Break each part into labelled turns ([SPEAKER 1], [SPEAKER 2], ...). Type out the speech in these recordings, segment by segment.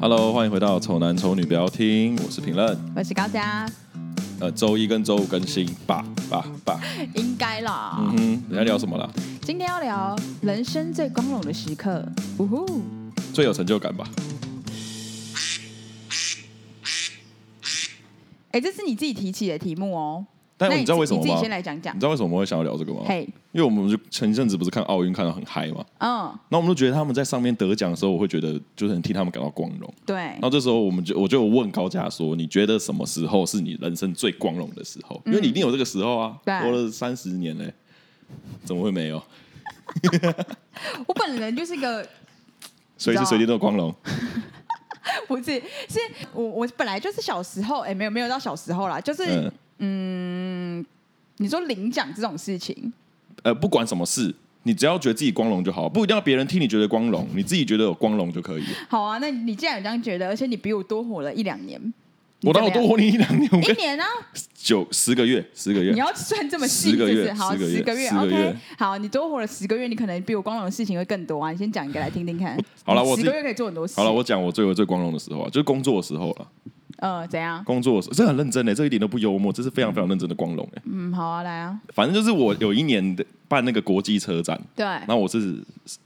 [SPEAKER 1] Hello，欢迎回到《丑男丑女》，不要听，我是评论。
[SPEAKER 2] 我是高嘉，
[SPEAKER 1] 呃，周一跟周五更新，吧吧吧。
[SPEAKER 2] 应该啦。
[SPEAKER 1] 嗯哼，你要聊什么啦？
[SPEAKER 2] 今天要聊人生最光荣的时刻，呜呼！
[SPEAKER 1] 最有成就感吧？
[SPEAKER 2] 哎，这是你自己提起的题目哦。
[SPEAKER 1] 但
[SPEAKER 2] 那
[SPEAKER 1] 你知道为什么
[SPEAKER 2] 自己
[SPEAKER 1] 吗
[SPEAKER 2] 自己？先来讲讲
[SPEAKER 1] 你知。道为什么我会想要聊这个吗？
[SPEAKER 2] 嘿，
[SPEAKER 1] 因为我们就前一阵子不是看奥运看得很嗨嘛，
[SPEAKER 2] 嗯，
[SPEAKER 1] 那我们就觉得他们在上面得奖的时候，我会觉得就是很替他们感到光荣。
[SPEAKER 2] 对
[SPEAKER 1] 然，后这时候我们就我就有问高嘉说，你觉得什么时候是你人生最光荣的时候？因为你一定有这个时候啊，
[SPEAKER 2] 嗯对
[SPEAKER 1] 活了三十年嘞、怎么会没有？
[SPEAKER 2] 我本人就是个 啊
[SPEAKER 1] 随时随地都有光荣。
[SPEAKER 2] 不是，是我我本来就是小时候，哎，没有没有到小时候啦，就是
[SPEAKER 1] 嗯，
[SPEAKER 2] 你说领奖这种事情，
[SPEAKER 1] 呃，不管什么事，你只要觉得自己光荣就好，不一定要别人替你觉得光 荣，你自己觉得有光荣就可以。
[SPEAKER 2] 好啊，那你既然有这样觉得，而且你比我多活了一两年，
[SPEAKER 1] 我当
[SPEAKER 2] 怎么
[SPEAKER 1] 我
[SPEAKER 2] 样
[SPEAKER 1] 多活你一两年，我
[SPEAKER 2] 一
[SPEAKER 1] 跟
[SPEAKER 2] 年啊，
[SPEAKER 1] 九十个月，十个月
[SPEAKER 2] 你，要算这么
[SPEAKER 1] 十
[SPEAKER 2] 细，是
[SPEAKER 1] 个
[SPEAKER 2] 不
[SPEAKER 1] 月
[SPEAKER 2] 是？好，
[SPEAKER 1] 十个月
[SPEAKER 2] 十个月
[SPEAKER 1] 十个月
[SPEAKER 2] ，OK，好，你多活了十个月，你可能比我光荣的事情会更多啊！你先讲一个来听听看。
[SPEAKER 1] 好啦
[SPEAKER 2] 你
[SPEAKER 1] 我自
[SPEAKER 2] 十
[SPEAKER 1] 己
[SPEAKER 2] 个月可以做很多事。
[SPEAKER 1] 好了，我讲我最为最光荣的时候啊，就是工作的时候了。
[SPEAKER 2] 呃，怎样？
[SPEAKER 1] 工作的时候，这很认真欸的，这一点都不幽默，这是非常非常认真的光荣哎。
[SPEAKER 2] 嗯，好啊，来啊，
[SPEAKER 1] 反正就是我有一年的办那个国际车展，
[SPEAKER 2] 对，
[SPEAKER 1] 那我是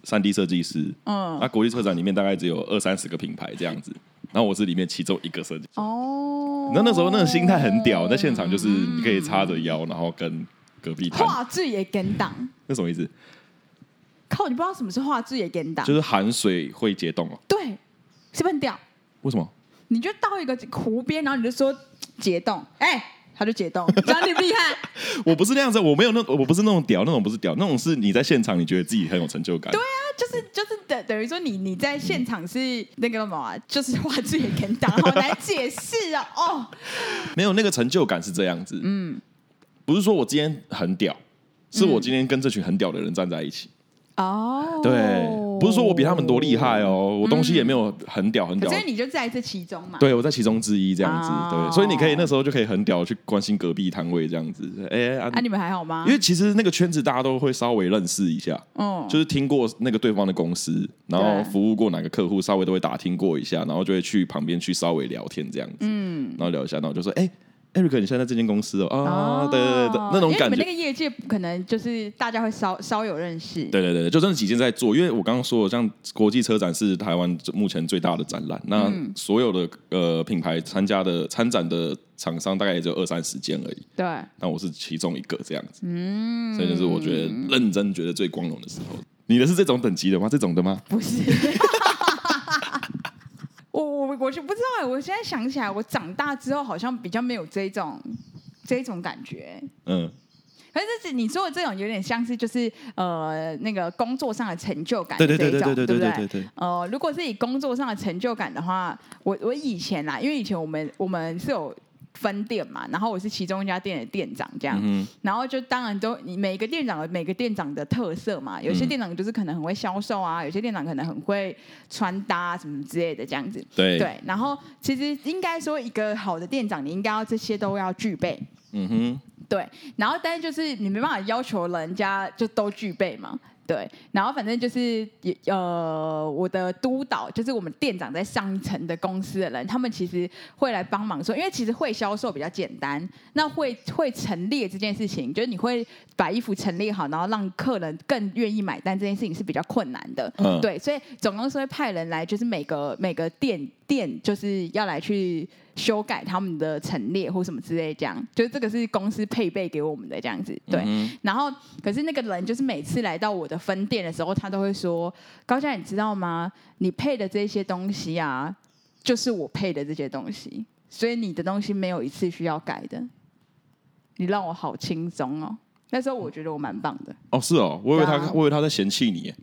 [SPEAKER 1] 三 D 设计师，
[SPEAKER 2] 哎嗯，
[SPEAKER 1] 那国际车展里面大概只有二三十个品牌这样子，然后我是里面其中一个设计。
[SPEAKER 2] 哦，
[SPEAKER 1] 那那时候那个心态很屌，在现场就是你可以叉着腰，然后跟隔壁摊，
[SPEAKER 2] 画质也跟档，
[SPEAKER 1] 那什么意思？
[SPEAKER 2] 靠，你不知道什么是画质也跟档
[SPEAKER 1] 就，是含水会解冻哦？
[SPEAKER 2] 对，是不是很屌？
[SPEAKER 1] 为什么？
[SPEAKER 2] 你就到一个湖边，然后你就说解冻，哎。他就解冻，这样厉不厉害？
[SPEAKER 1] 我不是那样子，我没有那我不是那种屌，那种不是屌，那种是你在现场你觉得自己很有成就感。对，
[SPEAKER 2] 他就是就是等等于说你你在现场是那个什么啊、就是画质也跟档，好难解释啊！哦，
[SPEAKER 1] 没有那个成就感是这样子。嗯，不是说我今天很屌，
[SPEAKER 2] 嗯
[SPEAKER 1] 是我今天跟这群很屌的人站在一起。
[SPEAKER 2] 哦，嗯
[SPEAKER 1] 对，不是说我比他们多厉害哦，我东西也没有很屌很
[SPEAKER 2] 可
[SPEAKER 1] 屌。
[SPEAKER 2] 是你就在这其中嘛。
[SPEAKER 1] 对，我在其中之一这样子，
[SPEAKER 2] 哦
[SPEAKER 1] 对，所以你可以那时候就可以很屌地去关心隔壁摊位这样子，哎、啊
[SPEAKER 2] 啊，你们还好吗？
[SPEAKER 1] 因为其实那个圈子大家都会稍微认识一下，
[SPEAKER 2] 嗯，
[SPEAKER 1] 就是听过那个对方的公司，然后
[SPEAKER 2] 对
[SPEAKER 1] 服务过哪个客户，稍微都会打听过一下，然后就会去旁边去稍微聊天这样子，嗯，然后聊一下，然后就说，哎、艾 Eric，你现在在这间公司哦，啊，
[SPEAKER 2] 哦
[SPEAKER 1] 对对对对，那种感
[SPEAKER 2] 因为你们
[SPEAKER 1] 觉，
[SPEAKER 2] 那个业界可能就是大家会稍稍有认识。
[SPEAKER 1] 对对对对，就真的几件在做，因为我刚刚说的，像国际车展是台湾目前最大的展览，那
[SPEAKER 2] 嗯
[SPEAKER 1] 所有的呃品牌参加的参展的厂商大概也只有二三十间而已，
[SPEAKER 2] 对，
[SPEAKER 1] 但我是其中一个这样子，嗯，所以就是我觉得认真觉得最光荣的时候。你的是这种等级的吗？这种的吗？
[SPEAKER 2] 不是。 我我我就不知道欸，我现在想起来，我长大之后好像比较没有这种这种感觉。
[SPEAKER 1] 嗯，
[SPEAKER 2] 可是这你说的这种有点像是就是呃那个工作上的成就感
[SPEAKER 1] 对
[SPEAKER 2] 这
[SPEAKER 1] 对
[SPEAKER 2] 一
[SPEAKER 1] 对
[SPEAKER 2] 种，
[SPEAKER 1] 对对对
[SPEAKER 2] 不
[SPEAKER 1] 对对对，
[SPEAKER 2] 呃，如果是以工作上的成就感的话，我我以前啦，因为以前我们我们是有分店嘛，然后我是其中一家店的店长这样，
[SPEAKER 1] 嗯哼，
[SPEAKER 2] 然后就当然都你每个店长有每个店长的特色嘛，有些
[SPEAKER 1] 嗯
[SPEAKER 2] 店长就是可能很会销售啊，有些店长可能很会穿搭、啊、什么之类的这样子。
[SPEAKER 1] 对，
[SPEAKER 2] 对，然后其实应该说一个好的店长，你应该要这些都要具备。
[SPEAKER 1] 嗯哼，
[SPEAKER 2] 对，然后但是就是你没办法要求人家就都具备嘛。对，然后反正就是也呃，我的督导就是我们店长在上一层的公司的人，他们其实会来帮忙说，因为其实会销售比较简单，那会会陈列这件事情，就是你会把衣服陈列好，然后让客人更愿意买单，这件事情是比较困难的。
[SPEAKER 1] 嗯，，
[SPEAKER 2] 对，所以总公司会派人来，就是每个每个店店就是要来去修改他们的陈列或什么之类，这样就是这个是公司配备给我们的这样子。对，
[SPEAKER 1] 嗯
[SPEAKER 2] 然后可是那个人就是每次来到我的分店的时候，他都会说：“高佳，你知道吗？你配的这些东西啊，就是我配的这些东西，所以你的东西没有一次需要改的。你让我好轻松哦。”那时候我觉得我蛮棒的，
[SPEAKER 1] 哦，是哦，我以为他
[SPEAKER 2] 对，啊
[SPEAKER 1] 我以为他在嫌弃你耶，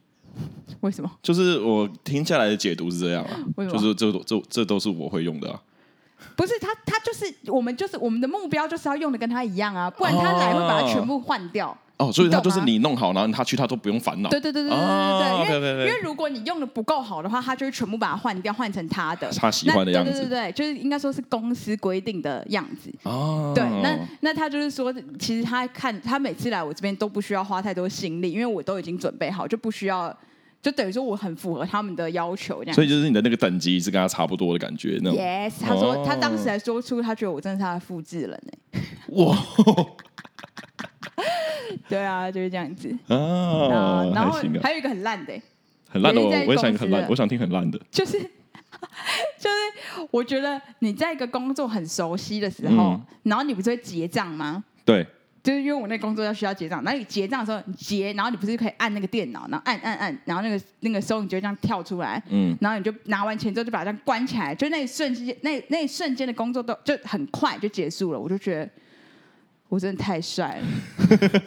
[SPEAKER 2] 为什么？
[SPEAKER 1] 就是我听下来的解读是这样 啊，
[SPEAKER 2] 为什
[SPEAKER 1] 就
[SPEAKER 2] 么？
[SPEAKER 1] 是这都这这都是我会用的啊，
[SPEAKER 2] 不是他，他就是我们，就是我们的目标就是要用的跟他一样啊，不然他来会把它全部换掉。
[SPEAKER 1] 哦，所以他
[SPEAKER 2] 你
[SPEAKER 1] 就
[SPEAKER 2] 懂
[SPEAKER 1] 是
[SPEAKER 2] 吗
[SPEAKER 1] 你弄好，然后他去他都不用烦恼，
[SPEAKER 2] 对对对对对
[SPEAKER 1] 哦
[SPEAKER 2] 对对，因为、
[SPEAKER 1] OK，OK，OK
[SPEAKER 2] 因为如果你用的不够好的话，他就会全部把它换掉，换成他的
[SPEAKER 1] 他喜欢的样子
[SPEAKER 2] 那对对对对，就是应该说是公司规定的样子。
[SPEAKER 1] 哦，
[SPEAKER 2] 对，那那他就是说，其实他看他每次来我这边都不需要花太多心力，因为我都已经准备好，就不需要。就等于说我很符合他们的要求这样
[SPEAKER 1] 所。以就是你的那个等级是跟他差不多的感觉，那种
[SPEAKER 2] Yes，他说、他当时
[SPEAKER 1] 哦
[SPEAKER 2] 还说出他觉得我真的是他的复制人呢、
[SPEAKER 1] 哇
[SPEAKER 2] 对啊，就是这样子。
[SPEAKER 1] 啊，
[SPEAKER 2] 然后
[SPEAKER 1] 还行啊，
[SPEAKER 2] 还有一个很烂的、
[SPEAKER 1] 很烂的哦
[SPEAKER 2] 有一间，
[SPEAKER 1] 我也想
[SPEAKER 2] 公司啊
[SPEAKER 1] 很烂，
[SPEAKER 2] 的
[SPEAKER 1] 我想听很烂的，
[SPEAKER 2] 就是 就是，我觉得你在一个工作很熟悉的时候，
[SPEAKER 1] 嗯
[SPEAKER 2] 然后你不是会结账吗？
[SPEAKER 1] 对，
[SPEAKER 2] 就是因为我那工作要需要结账，然后你结账的时候，你结，然后你不是可以按那个电脑，然后按按按，然后那个那个收银就会这样跳出来，
[SPEAKER 1] 嗯，
[SPEAKER 2] 然后你就拿完钱之后就把它这样关起来，就那一瞬间，那那一瞬间的工作都就很快就结束了，我就觉得我真的太 帅了，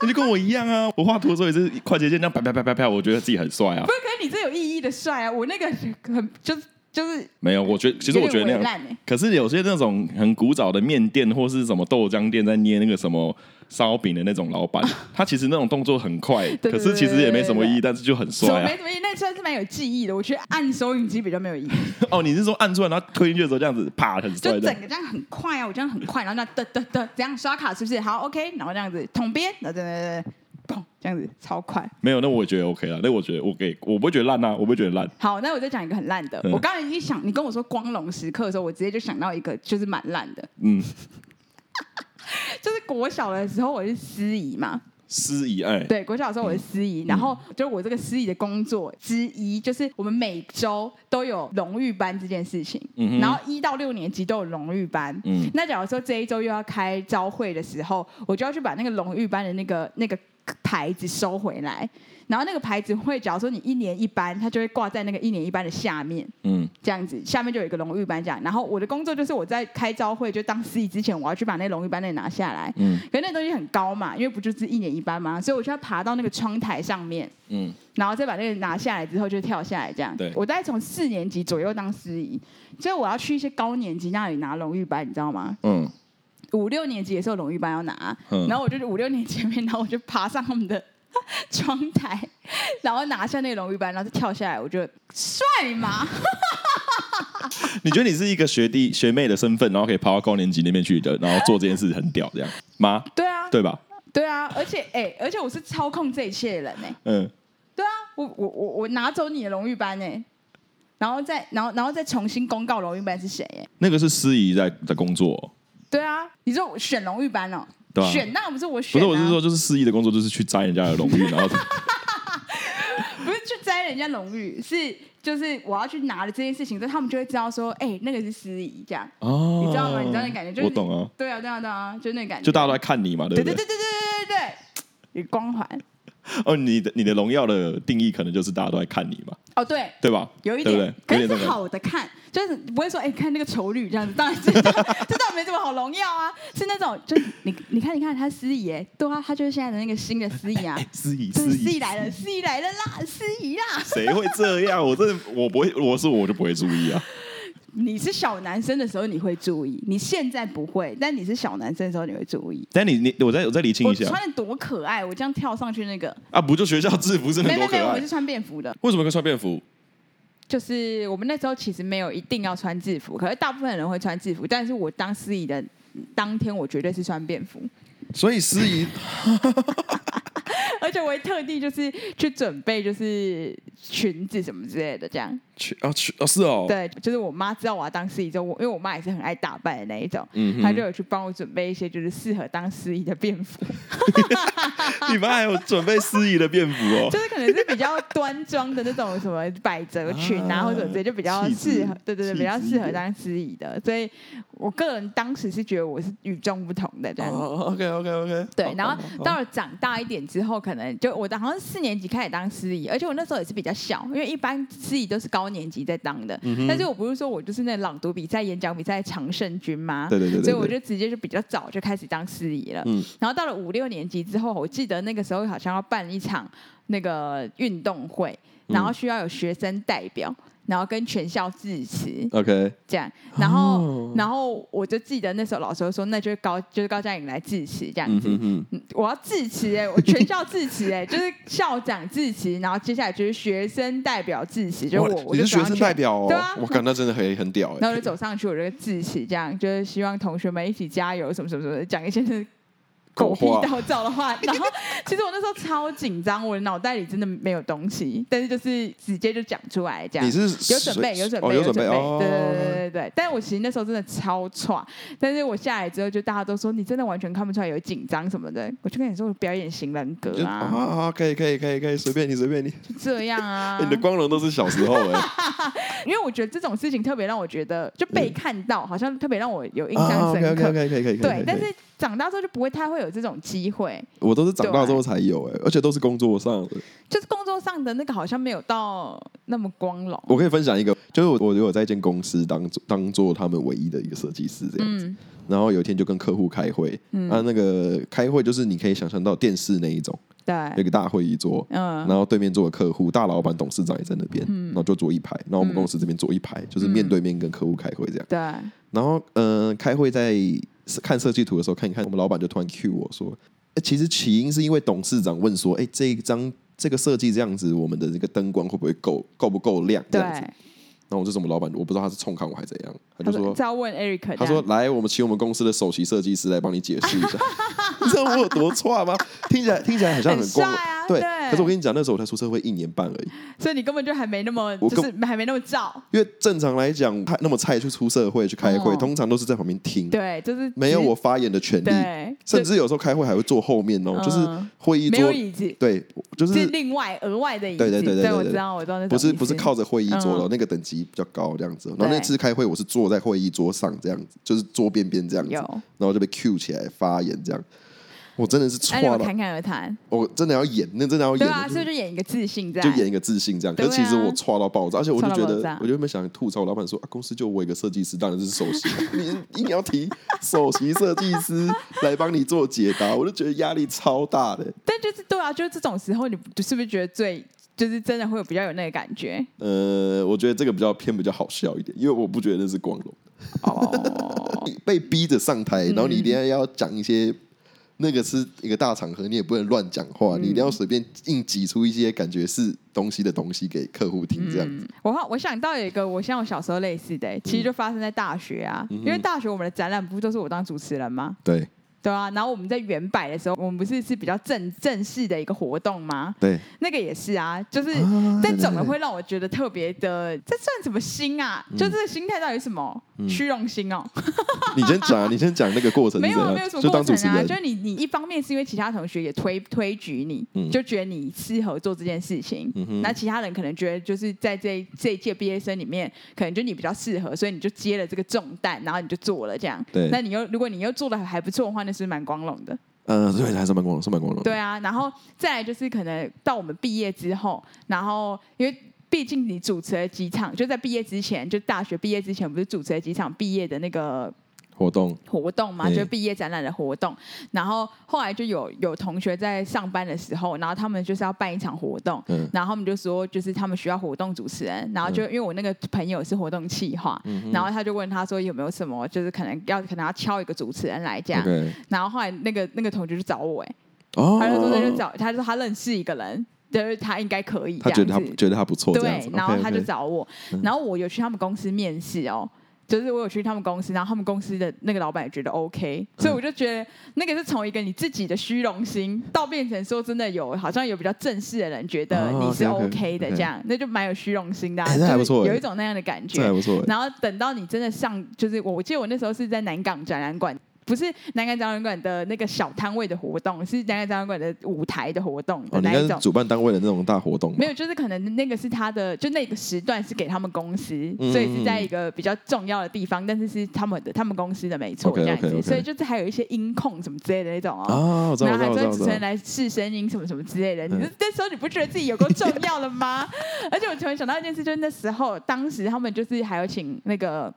[SPEAKER 1] 那就跟我一样啊，我画图的时候也是快捷键这样啪啪啪啪啪，我觉得自己很帅啊
[SPEAKER 2] 不，是，可是你这有意义的帅啊，我那个很就是就是，
[SPEAKER 1] 没有，我觉得其实我觉得那样
[SPEAKER 2] 烂哎、
[SPEAKER 1] 可是有些那种很古早的面店或是什么豆浆店在捏那个什么烧饼的那种老板，他其实那种动作很快，
[SPEAKER 2] 对
[SPEAKER 1] 可是其实也没什么意义，
[SPEAKER 2] 对对对对
[SPEAKER 1] 但是就很
[SPEAKER 2] 什么
[SPEAKER 1] 帅
[SPEAKER 2] 没
[SPEAKER 1] 啊。
[SPEAKER 2] 什么意义，那算是蛮有记忆的。我觉得按收音机比较没有意义，
[SPEAKER 1] 哦，你是说按出来然后推进去的时候这样子啪很帅的
[SPEAKER 2] 就整？个这样很快啊，我这样很快，然后那噔噔噔，这样刷卡是不是？好，OK，然后这样子统编，然后噔噔噔，砰，这样子超快。
[SPEAKER 1] 没有，那我觉得 OK 了，那我觉得我给我不会觉得烂啊，我不会觉得烂。
[SPEAKER 2] 好，那我再讲一个很烂的。
[SPEAKER 1] 嗯
[SPEAKER 2] 我刚才一想，你跟我说光荣时刻的时候，我直接就想到一个就是蛮烂的，
[SPEAKER 1] 嗯，
[SPEAKER 2] 就是国小的时候我是司仪嘛，
[SPEAKER 1] 师以爱，
[SPEAKER 2] 对，国小的时候我是司
[SPEAKER 1] 嗯
[SPEAKER 2] 仪，然后就是我这个司仪的工作之一，就是我们每周都有荣誉班这件事情，
[SPEAKER 1] 嗯哼
[SPEAKER 2] 然后一到六年级都有荣誉班。
[SPEAKER 1] 嗯
[SPEAKER 2] 那假如说这一周又要开招会的时候，我就要去把那个荣誉班的那个那个牌子收回来，然后那个牌子会，假如说你一年一班，它就会挂在那个一年一班的下面。
[SPEAKER 1] 嗯
[SPEAKER 2] 这样子，下面就有一个荣誉班这样。然后我的工作就是我在开招会，就当司仪之前，我要去把那荣誉班那拿下来。
[SPEAKER 1] 嗯
[SPEAKER 2] 可是那东西很高嘛，因为不就是一年一班嘛，所以我就要爬到那个窗台上面，
[SPEAKER 1] 嗯，
[SPEAKER 2] 然后再把那个拿下来之后就跳下来这样。
[SPEAKER 1] 对
[SPEAKER 2] 我大概从四年级左右当司仪，所以我要去一些高年级那里拿荣誉班，你知道吗？
[SPEAKER 1] 嗯
[SPEAKER 2] 五六年级也是有荣誉班要拿，
[SPEAKER 1] 嗯
[SPEAKER 2] 然后我就是五六年前面，然后我就爬上他们的窗台，然后拿下那个荣誉班，然后就跳下来，我就帅吗？
[SPEAKER 1] 你觉得你是一个学弟 学妹的身份，然后可以爬到高年级那边去的，然后做这件事很屌，这样吗？
[SPEAKER 2] 对啊，
[SPEAKER 1] 对吧？
[SPEAKER 2] 对啊，而且哎、而且我是操控这一切的人哎、
[SPEAKER 1] 嗯，
[SPEAKER 2] 对啊，我我我我拿走你的荣誉班哎、然后再然后然后再重新公告荣誉班是谁哎、
[SPEAKER 1] 那个是司仪在在工作哦、
[SPEAKER 2] 对啊，你说我选荣誉班哦、
[SPEAKER 1] 对啊
[SPEAKER 2] 选那不是我
[SPEAKER 1] 不
[SPEAKER 2] 选、
[SPEAKER 1] 是，
[SPEAKER 2] 啊，
[SPEAKER 1] 我是说，就是司仪的工作就是去摘人家的荣誉，然 后
[SPEAKER 2] 不是去摘人家荣誉，是就是我要去拿了这件事情，所以他们就会知道说，哎、那个是司仪这样，
[SPEAKER 1] 哦，
[SPEAKER 2] 你知道吗？你知道那感觉就是
[SPEAKER 1] 我懂啊，
[SPEAKER 2] 对啊对啊对啊，就那感觉，
[SPEAKER 1] 就大家都在看你嘛，对
[SPEAKER 2] 对
[SPEAKER 1] 不
[SPEAKER 2] 对对对对对对对，有光环
[SPEAKER 1] 哦，你的你的荣耀的定义可能就是大家都在看你嘛，
[SPEAKER 2] 哦对，
[SPEAKER 1] 对吧？
[SPEAKER 2] 有一
[SPEAKER 1] 对不
[SPEAKER 2] 点，可
[SPEAKER 1] 对？有
[SPEAKER 2] 是
[SPEAKER 1] 点这
[SPEAKER 2] 是
[SPEAKER 1] 种感觉。
[SPEAKER 2] 好的看，就是不会说哎、看那个丑女这样子，当然知道知道没什么好荣耀啊，是那种就是你你看你看他司仪哎，对啊，他就是现在的那个新的司仪啊，
[SPEAKER 1] 哎司仪，
[SPEAKER 2] 就是
[SPEAKER 1] 司
[SPEAKER 2] 司
[SPEAKER 1] 仪
[SPEAKER 2] 仪，来了，司仪来了啦，司仪啦，
[SPEAKER 1] 谁会这样？我真的我不会，我是我就不会注意啊。
[SPEAKER 2] 你是小男生的时候你会注意，你现在不会，但你是小男生的时候你会注意。
[SPEAKER 1] 但你你我再我再厘清
[SPEAKER 2] 我
[SPEAKER 1] 一下
[SPEAKER 2] 穿的多可爱，我这样跳上去那个，
[SPEAKER 1] 啊，不就学校制服是
[SPEAKER 2] 没
[SPEAKER 1] 很
[SPEAKER 2] 有
[SPEAKER 1] 多
[SPEAKER 2] 没有
[SPEAKER 1] 可
[SPEAKER 2] 没有，我
[SPEAKER 1] 爱
[SPEAKER 2] 是？穿便服的。
[SPEAKER 1] 为什么跟穿便服？
[SPEAKER 2] 就是我们那时候其实没有一定要穿制服，可是大部分人会穿制服，但是我当司仪的当天，我绝对是穿便服，
[SPEAKER 1] 所以司仪
[SPEAKER 2] 而且我会特地就是去准备就是裙子什么之类的，这样。
[SPEAKER 1] 去啊去哦是哦，
[SPEAKER 2] 对，就是我妈知道我要当司仪之后，我因为我妈也是很爱打扮的那一种，
[SPEAKER 1] 嗯哼
[SPEAKER 2] 她就有去帮我准备一些就是适合当司仪的便服，
[SPEAKER 1] 你们还有准备司仪的便服哦
[SPEAKER 2] 就。是可能是比较端庄的那种什么百褶裙啊，
[SPEAKER 1] 啊
[SPEAKER 2] 或者直接就比较适
[SPEAKER 1] 气
[SPEAKER 2] 合
[SPEAKER 1] 质，
[SPEAKER 2] 对对
[SPEAKER 1] 气质
[SPEAKER 2] 对，比较
[SPEAKER 1] 一
[SPEAKER 2] 适合
[SPEAKER 1] 点
[SPEAKER 2] 当司仪的。所以我个人当时是觉得我是与众不同的这样子。
[SPEAKER 1] 哦，OK 哦 OK OK。
[SPEAKER 2] 对，然后到了长大一点之后，可能就我好像四年级开始当司仪，而且我那时候也是比较小，因为一般司仪都是高年级在当的。
[SPEAKER 1] 嗯
[SPEAKER 2] 但是我不是说我就是那朗读比赛、演讲比赛常胜军吗？
[SPEAKER 1] 对对对对
[SPEAKER 2] 所以我
[SPEAKER 1] 对
[SPEAKER 2] 就直接就比较早就开始当司仪了。
[SPEAKER 1] 嗯
[SPEAKER 2] 然后到了五六年级之后，我记得那个时候好像要办一场那个运动会，
[SPEAKER 1] 嗯
[SPEAKER 2] 然后需要有学生代表，然后跟全校致辞。
[SPEAKER 1] OK，
[SPEAKER 2] 这样，然后、
[SPEAKER 1] 哦
[SPEAKER 2] 然后我就记得那时候老师就说，那就是高就是高嘉颖来致辞这样
[SPEAKER 1] 嗯
[SPEAKER 2] 子，
[SPEAKER 1] 哼哼，
[SPEAKER 2] 嗯我要致辞哎、我全校致辞哎、就是校长致辞，然后接下来就是学生代表致辞，就是我，我
[SPEAKER 3] 你
[SPEAKER 2] 就
[SPEAKER 3] 学
[SPEAKER 2] 是走上
[SPEAKER 3] 生
[SPEAKER 2] 去
[SPEAKER 3] 代，表哦
[SPEAKER 2] 对啊，
[SPEAKER 3] 我感那真的很很屌
[SPEAKER 1] 欸
[SPEAKER 2] 然
[SPEAKER 3] 哎，
[SPEAKER 2] 后我就走上去，我就致辞，这样就是希望同学们一起加油，什么什么什么的，讲一些就是狗屁
[SPEAKER 1] 话
[SPEAKER 2] 倒灶的话，然后其实我那时候超紧张，我的脑袋里真的没有东西，但是就是直接就讲出来这样。
[SPEAKER 1] 你是
[SPEAKER 2] 有准备，
[SPEAKER 1] 谁
[SPEAKER 2] 有准
[SPEAKER 1] 哦
[SPEAKER 2] 备，
[SPEAKER 1] 有
[SPEAKER 2] 准
[SPEAKER 1] 准备哦
[SPEAKER 2] 对对对对对。但我其实那时候真的超差，但是我下来之后，就大家都说你真的完全看不出来有紧张什么的。我就跟你说，我表演型人格
[SPEAKER 1] 就啊
[SPEAKER 2] 啊，
[SPEAKER 1] 啊，可以可以可以可以，随便你随便你，
[SPEAKER 2] 就这样啊
[SPEAKER 1] 欸。你的光荣都是小时候哎，
[SPEAKER 2] 因为我觉得这种事情特别让我觉得就
[SPEAKER 1] 嗯
[SPEAKER 2] 被看到，好像特别让我有 印
[SPEAKER 1] 啊
[SPEAKER 2] 象
[SPEAKER 1] ，OK
[SPEAKER 2] 深
[SPEAKER 1] OK
[SPEAKER 2] 刻。
[SPEAKER 1] OK 可以可以，可
[SPEAKER 2] 对
[SPEAKER 1] 以，
[SPEAKER 2] 但
[SPEAKER 1] 可以
[SPEAKER 2] 是长大之后就不会太会有这种机会，
[SPEAKER 1] 我都是长大之
[SPEAKER 2] 啊
[SPEAKER 1] 后才有哎，而且都是工作上的。
[SPEAKER 2] 就是工作上的那个好像没有到那么光荣。
[SPEAKER 1] 我可以分享一个，就是我我有在一间公司当做当做他们唯一的一个设计师这样子，
[SPEAKER 2] 嗯
[SPEAKER 1] 然后有一天就跟客户开会，
[SPEAKER 2] 嗯
[SPEAKER 1] 啊，那个开会就是你可以想象到电视那一种，有一
[SPEAKER 2] 对，
[SPEAKER 1] 个大会议桌，然
[SPEAKER 2] 嗯，
[SPEAKER 1] 后对面坐的客户、大老板、董事长也在那边，然后就坐一排，然后我们公司这边坐一排，
[SPEAKER 2] 嗯
[SPEAKER 1] 就是面对面跟客户开会这样。
[SPEAKER 2] 对，
[SPEAKER 1] 然后，嗯、开会在看设计图的时候，看一看，我们老板就突然 cue 我说、欸其实起因是因为董事长问说，哎、这一张这个设计这样子，我们的这个灯光会不会够够不够亮？这
[SPEAKER 2] 对
[SPEAKER 1] 样子。”然后我就说我们老板，我不知道他是冲康我还是怎样，他
[SPEAKER 2] 他
[SPEAKER 1] 就
[SPEAKER 2] 说
[SPEAKER 1] 说。
[SPEAKER 2] 要问 Eric，啊
[SPEAKER 1] 他
[SPEAKER 2] 这
[SPEAKER 1] 说
[SPEAKER 2] 样：“
[SPEAKER 1] 来，我们请我们公司的首席设计师来帮你解释一 下，你知道我有多差吗？听起来听起来好像很
[SPEAKER 2] 很
[SPEAKER 1] 光荣
[SPEAKER 2] 帅啊
[SPEAKER 1] 对。
[SPEAKER 2] 对嗯
[SPEAKER 1] 可是我跟你讲，那时候我才出社会一年半而已，
[SPEAKER 2] 所以你根本就还没那么，
[SPEAKER 1] 我
[SPEAKER 2] 就
[SPEAKER 1] 根
[SPEAKER 2] 是还没那么照。
[SPEAKER 1] 因为正常来讲，他那么菜去出社会去开会，
[SPEAKER 2] 哦
[SPEAKER 1] 通常都是在旁边听，
[SPEAKER 2] 对，就是
[SPEAKER 1] 没有
[SPEAKER 2] 只是
[SPEAKER 1] 我发言的权利，
[SPEAKER 2] 对，
[SPEAKER 1] 甚至有时候开会还会坐后面哦，
[SPEAKER 2] 嗯
[SPEAKER 1] 就是会议
[SPEAKER 2] 没有
[SPEAKER 1] 桌，
[SPEAKER 2] 椅子，
[SPEAKER 1] 对，就是
[SPEAKER 2] 是另外额外的椅子。
[SPEAKER 1] 对对对对对对
[SPEAKER 2] 我知道，我知道那种
[SPEAKER 1] 不是
[SPEAKER 2] 意思
[SPEAKER 1] 不是靠着会议桌了，
[SPEAKER 2] 嗯
[SPEAKER 1] 那个等级比较高这样子。哦然后
[SPEAKER 2] 对
[SPEAKER 1] 那次开会，我是坐在会议桌上这样子，就是桌边边这样子，
[SPEAKER 2] 有
[SPEAKER 1] 然后就被 Q 起来发言这样。我真的是错
[SPEAKER 2] 哎，你们
[SPEAKER 1] 了，
[SPEAKER 2] 侃侃而谈，
[SPEAKER 1] 我真的要演，那真的要
[SPEAKER 2] 对
[SPEAKER 1] 演，
[SPEAKER 2] 啊，
[SPEAKER 1] 就是
[SPEAKER 2] 不是就演一个自信在？
[SPEAKER 1] 就演一个自信这样。可
[SPEAKER 2] 对啊
[SPEAKER 1] 是其实我错到爆炸，而且我就觉
[SPEAKER 2] 错到爆
[SPEAKER 1] 得
[SPEAKER 2] 炸，
[SPEAKER 1] 我就没想吐槽老板说啊，公司就我一个设计师，当然是首席， 你硬要提首席设计师来帮你做解答，我就觉得压力超大的。
[SPEAKER 2] 但就是对啊，就是这种时候，你是不是觉得最就是真的会有比较有那个感觉？
[SPEAKER 1] 呃，我觉得这个比较偏比较好笑一点，因为我不觉得那是光荣。
[SPEAKER 2] 哦， 嗯
[SPEAKER 1] 你被逼着上台，然后你一定要要讲一些，那个是一个大场合，你也不能乱讲
[SPEAKER 2] 嗯
[SPEAKER 1] 话，你一定要随便硬挤出一些感觉是东西的东西给客户听，这样子。
[SPEAKER 2] 嗯我好我想到有一个我像我小时候类似的、
[SPEAKER 1] 嗯
[SPEAKER 2] 其实就发生在大学啊，因为大学我们的展览不都是我当主持人吗？
[SPEAKER 1] 对
[SPEAKER 2] 对啊，然后我们在原摆的时候，我们不是是比较正正式的一个活动吗？
[SPEAKER 1] 对，
[SPEAKER 2] 那个也是啊，就是
[SPEAKER 1] 啊
[SPEAKER 2] 但总
[SPEAKER 1] 对对
[SPEAKER 2] 的
[SPEAKER 1] 嗯对
[SPEAKER 2] 会让我觉得特别的，这算什么心啊？就这个心态到底是什么？
[SPEAKER 1] 嗯
[SPEAKER 2] 虚荣心哦，
[SPEAKER 1] 你先讲啊，你先讲那个过程是
[SPEAKER 2] 没
[SPEAKER 1] 怎
[SPEAKER 2] 有啊没
[SPEAKER 1] 样
[SPEAKER 2] 有什，么
[SPEAKER 1] 就
[SPEAKER 2] 过
[SPEAKER 1] 当主
[SPEAKER 2] 程
[SPEAKER 1] 持
[SPEAKER 2] 啊，
[SPEAKER 1] 人
[SPEAKER 2] 就。是你你一方面是因为其他同学也推推举你，
[SPEAKER 1] 嗯
[SPEAKER 2] 就觉得你适合做这件事情，
[SPEAKER 1] 哼
[SPEAKER 2] 那其他人可能觉得就是在这这一届毕业生里面，可能就你比较适合，所以你就接了这个重担，然后你就做了这样。
[SPEAKER 1] 对
[SPEAKER 2] 那你又如果你又做的还不错的话，那是蛮光荣的。
[SPEAKER 1] 嗯，对，还是蛮光荣，是蛮光荣。
[SPEAKER 2] 对，啊，然后再来就是可能到我们毕业之后，然后因为。毕竟你主持了几场，就在毕业之前，就大学毕业之前，不是主持了几场毕业的那个
[SPEAKER 1] 活动
[SPEAKER 2] 活动嘛，
[SPEAKER 1] 嗯
[SPEAKER 2] 就是毕业展览的活动。然后后来就有有同学在上班的时候，然后他们就是要办一场活动，
[SPEAKER 1] 嗯
[SPEAKER 2] 然后他们就说就是他们需要活动主持人，然后就、因为我那个朋友是活动企划，
[SPEAKER 1] 嗯
[SPEAKER 2] 然后他就问他说有没有什么就是可能要可能要敲一个主持人来这样。
[SPEAKER 1] ，OK，
[SPEAKER 2] 然后后来那个那个同学就找我、哎，
[SPEAKER 1] 哦
[SPEAKER 2] 他就说那就找，他说他认识一个人，就是他应该可以
[SPEAKER 1] 他觉
[SPEAKER 2] 这样子。
[SPEAKER 1] 得他觉得他不错，这样
[SPEAKER 2] 对
[SPEAKER 1] 子，，嗯
[SPEAKER 2] 然后
[SPEAKER 1] OK，OK
[SPEAKER 2] 他就找我，然后我有去他们公司面试哦。就是我有去他们公司，然后他们公司的那个老板也觉得 OK，所以
[SPEAKER 1] 嗯
[SPEAKER 2] 我就觉得那个是从一个你自己的虚荣心，到变成说真的有好像有比较正式的人觉得
[SPEAKER 1] 哦
[SPEAKER 2] 你是
[SPEAKER 1] OK，OK，
[SPEAKER 2] OK 的这样，那就蛮有虚荣心的、啊，
[SPEAKER 1] 哎那还不错
[SPEAKER 2] 就是有
[SPEAKER 1] 哎
[SPEAKER 2] 一种那样的感觉
[SPEAKER 1] 这。还不错欸。
[SPEAKER 2] 然后等到你真的上，就是我我记得我那时候是在南港展览馆，不是南港展览馆的那个小摊位的活动，是南港展览馆的舞台的活动
[SPEAKER 1] 哦，
[SPEAKER 2] 的
[SPEAKER 1] 你应
[SPEAKER 2] 那
[SPEAKER 1] 该
[SPEAKER 2] 一
[SPEAKER 1] 是
[SPEAKER 2] 种。
[SPEAKER 1] 主办单位的那种大活动吧，
[SPEAKER 2] 没有，就是可能那个是他的，就那个时段是给他们公司，
[SPEAKER 1] 嗯
[SPEAKER 2] 所以是在一个比较重要的地方，但是是他们的他们公司的没错
[SPEAKER 1] OK，
[SPEAKER 2] 这样子
[SPEAKER 1] OK，OK
[SPEAKER 2] 所以就是还有一些音控什么之类的那种哦。
[SPEAKER 1] 啊？我知道，
[SPEAKER 2] 然
[SPEAKER 1] 我
[SPEAKER 2] 后
[SPEAKER 1] 知道，
[SPEAKER 2] 还
[SPEAKER 1] 我知道，我知
[SPEAKER 2] 说主持人
[SPEAKER 1] 道。
[SPEAKER 2] 来试声音什么什么之类的，
[SPEAKER 1] 嗯
[SPEAKER 2] 你那时候你不觉得自己有够重要了吗？ 而且我突然想到一件事，就是那时候当时他们就是还有请那个。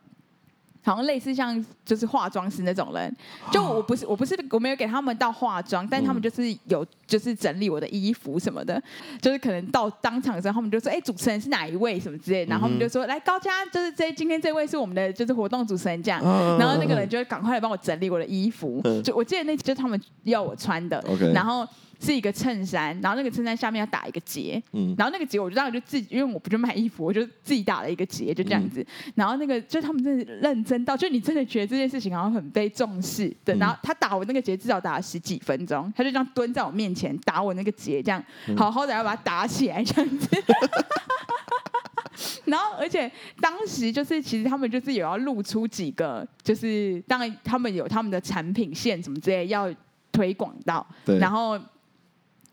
[SPEAKER 2] 好像类似像就是化妆师那种人，
[SPEAKER 1] 啊
[SPEAKER 2] 就我不是我不是我没有给他们到化妆，
[SPEAKER 1] 嗯
[SPEAKER 2] 但他们就是有就是整理我的衣服什么的，就是可能到当场的时候，他们就说：“哎、主持人是哪一位？”什么之类的，然后他们就
[SPEAKER 1] 嗯
[SPEAKER 2] 说：“来，高佳，就是这今天这位是我们的就是活动主持人这样。”
[SPEAKER 1] 啊
[SPEAKER 2] 然后那个人就会赶快来帮我整理我的衣服，
[SPEAKER 1] 嗯
[SPEAKER 2] 就我记得那就是他们要我穿的。
[SPEAKER 1] OK 嗯
[SPEAKER 2] 然后是一个衬衫，然后那个衬衫下面要打一个结，
[SPEAKER 3] 嗯
[SPEAKER 2] 然后那个结我就当时就自己，因为我不就卖衣服，我就自己打了一个结，就这样子。然后那个就他们真的认真到，就你真的觉得这件事情好像很被重视的。然后他打我那个结至少打了十几分钟，他就这样蹲在我面前打我那个结，这样好好的要把它打起来这样子。 然后，而且当时就是，其实他们就是有要露出几个，就是当然他们有他们的产品线什么之类要推广到，
[SPEAKER 3] 对嗯
[SPEAKER 2] 然后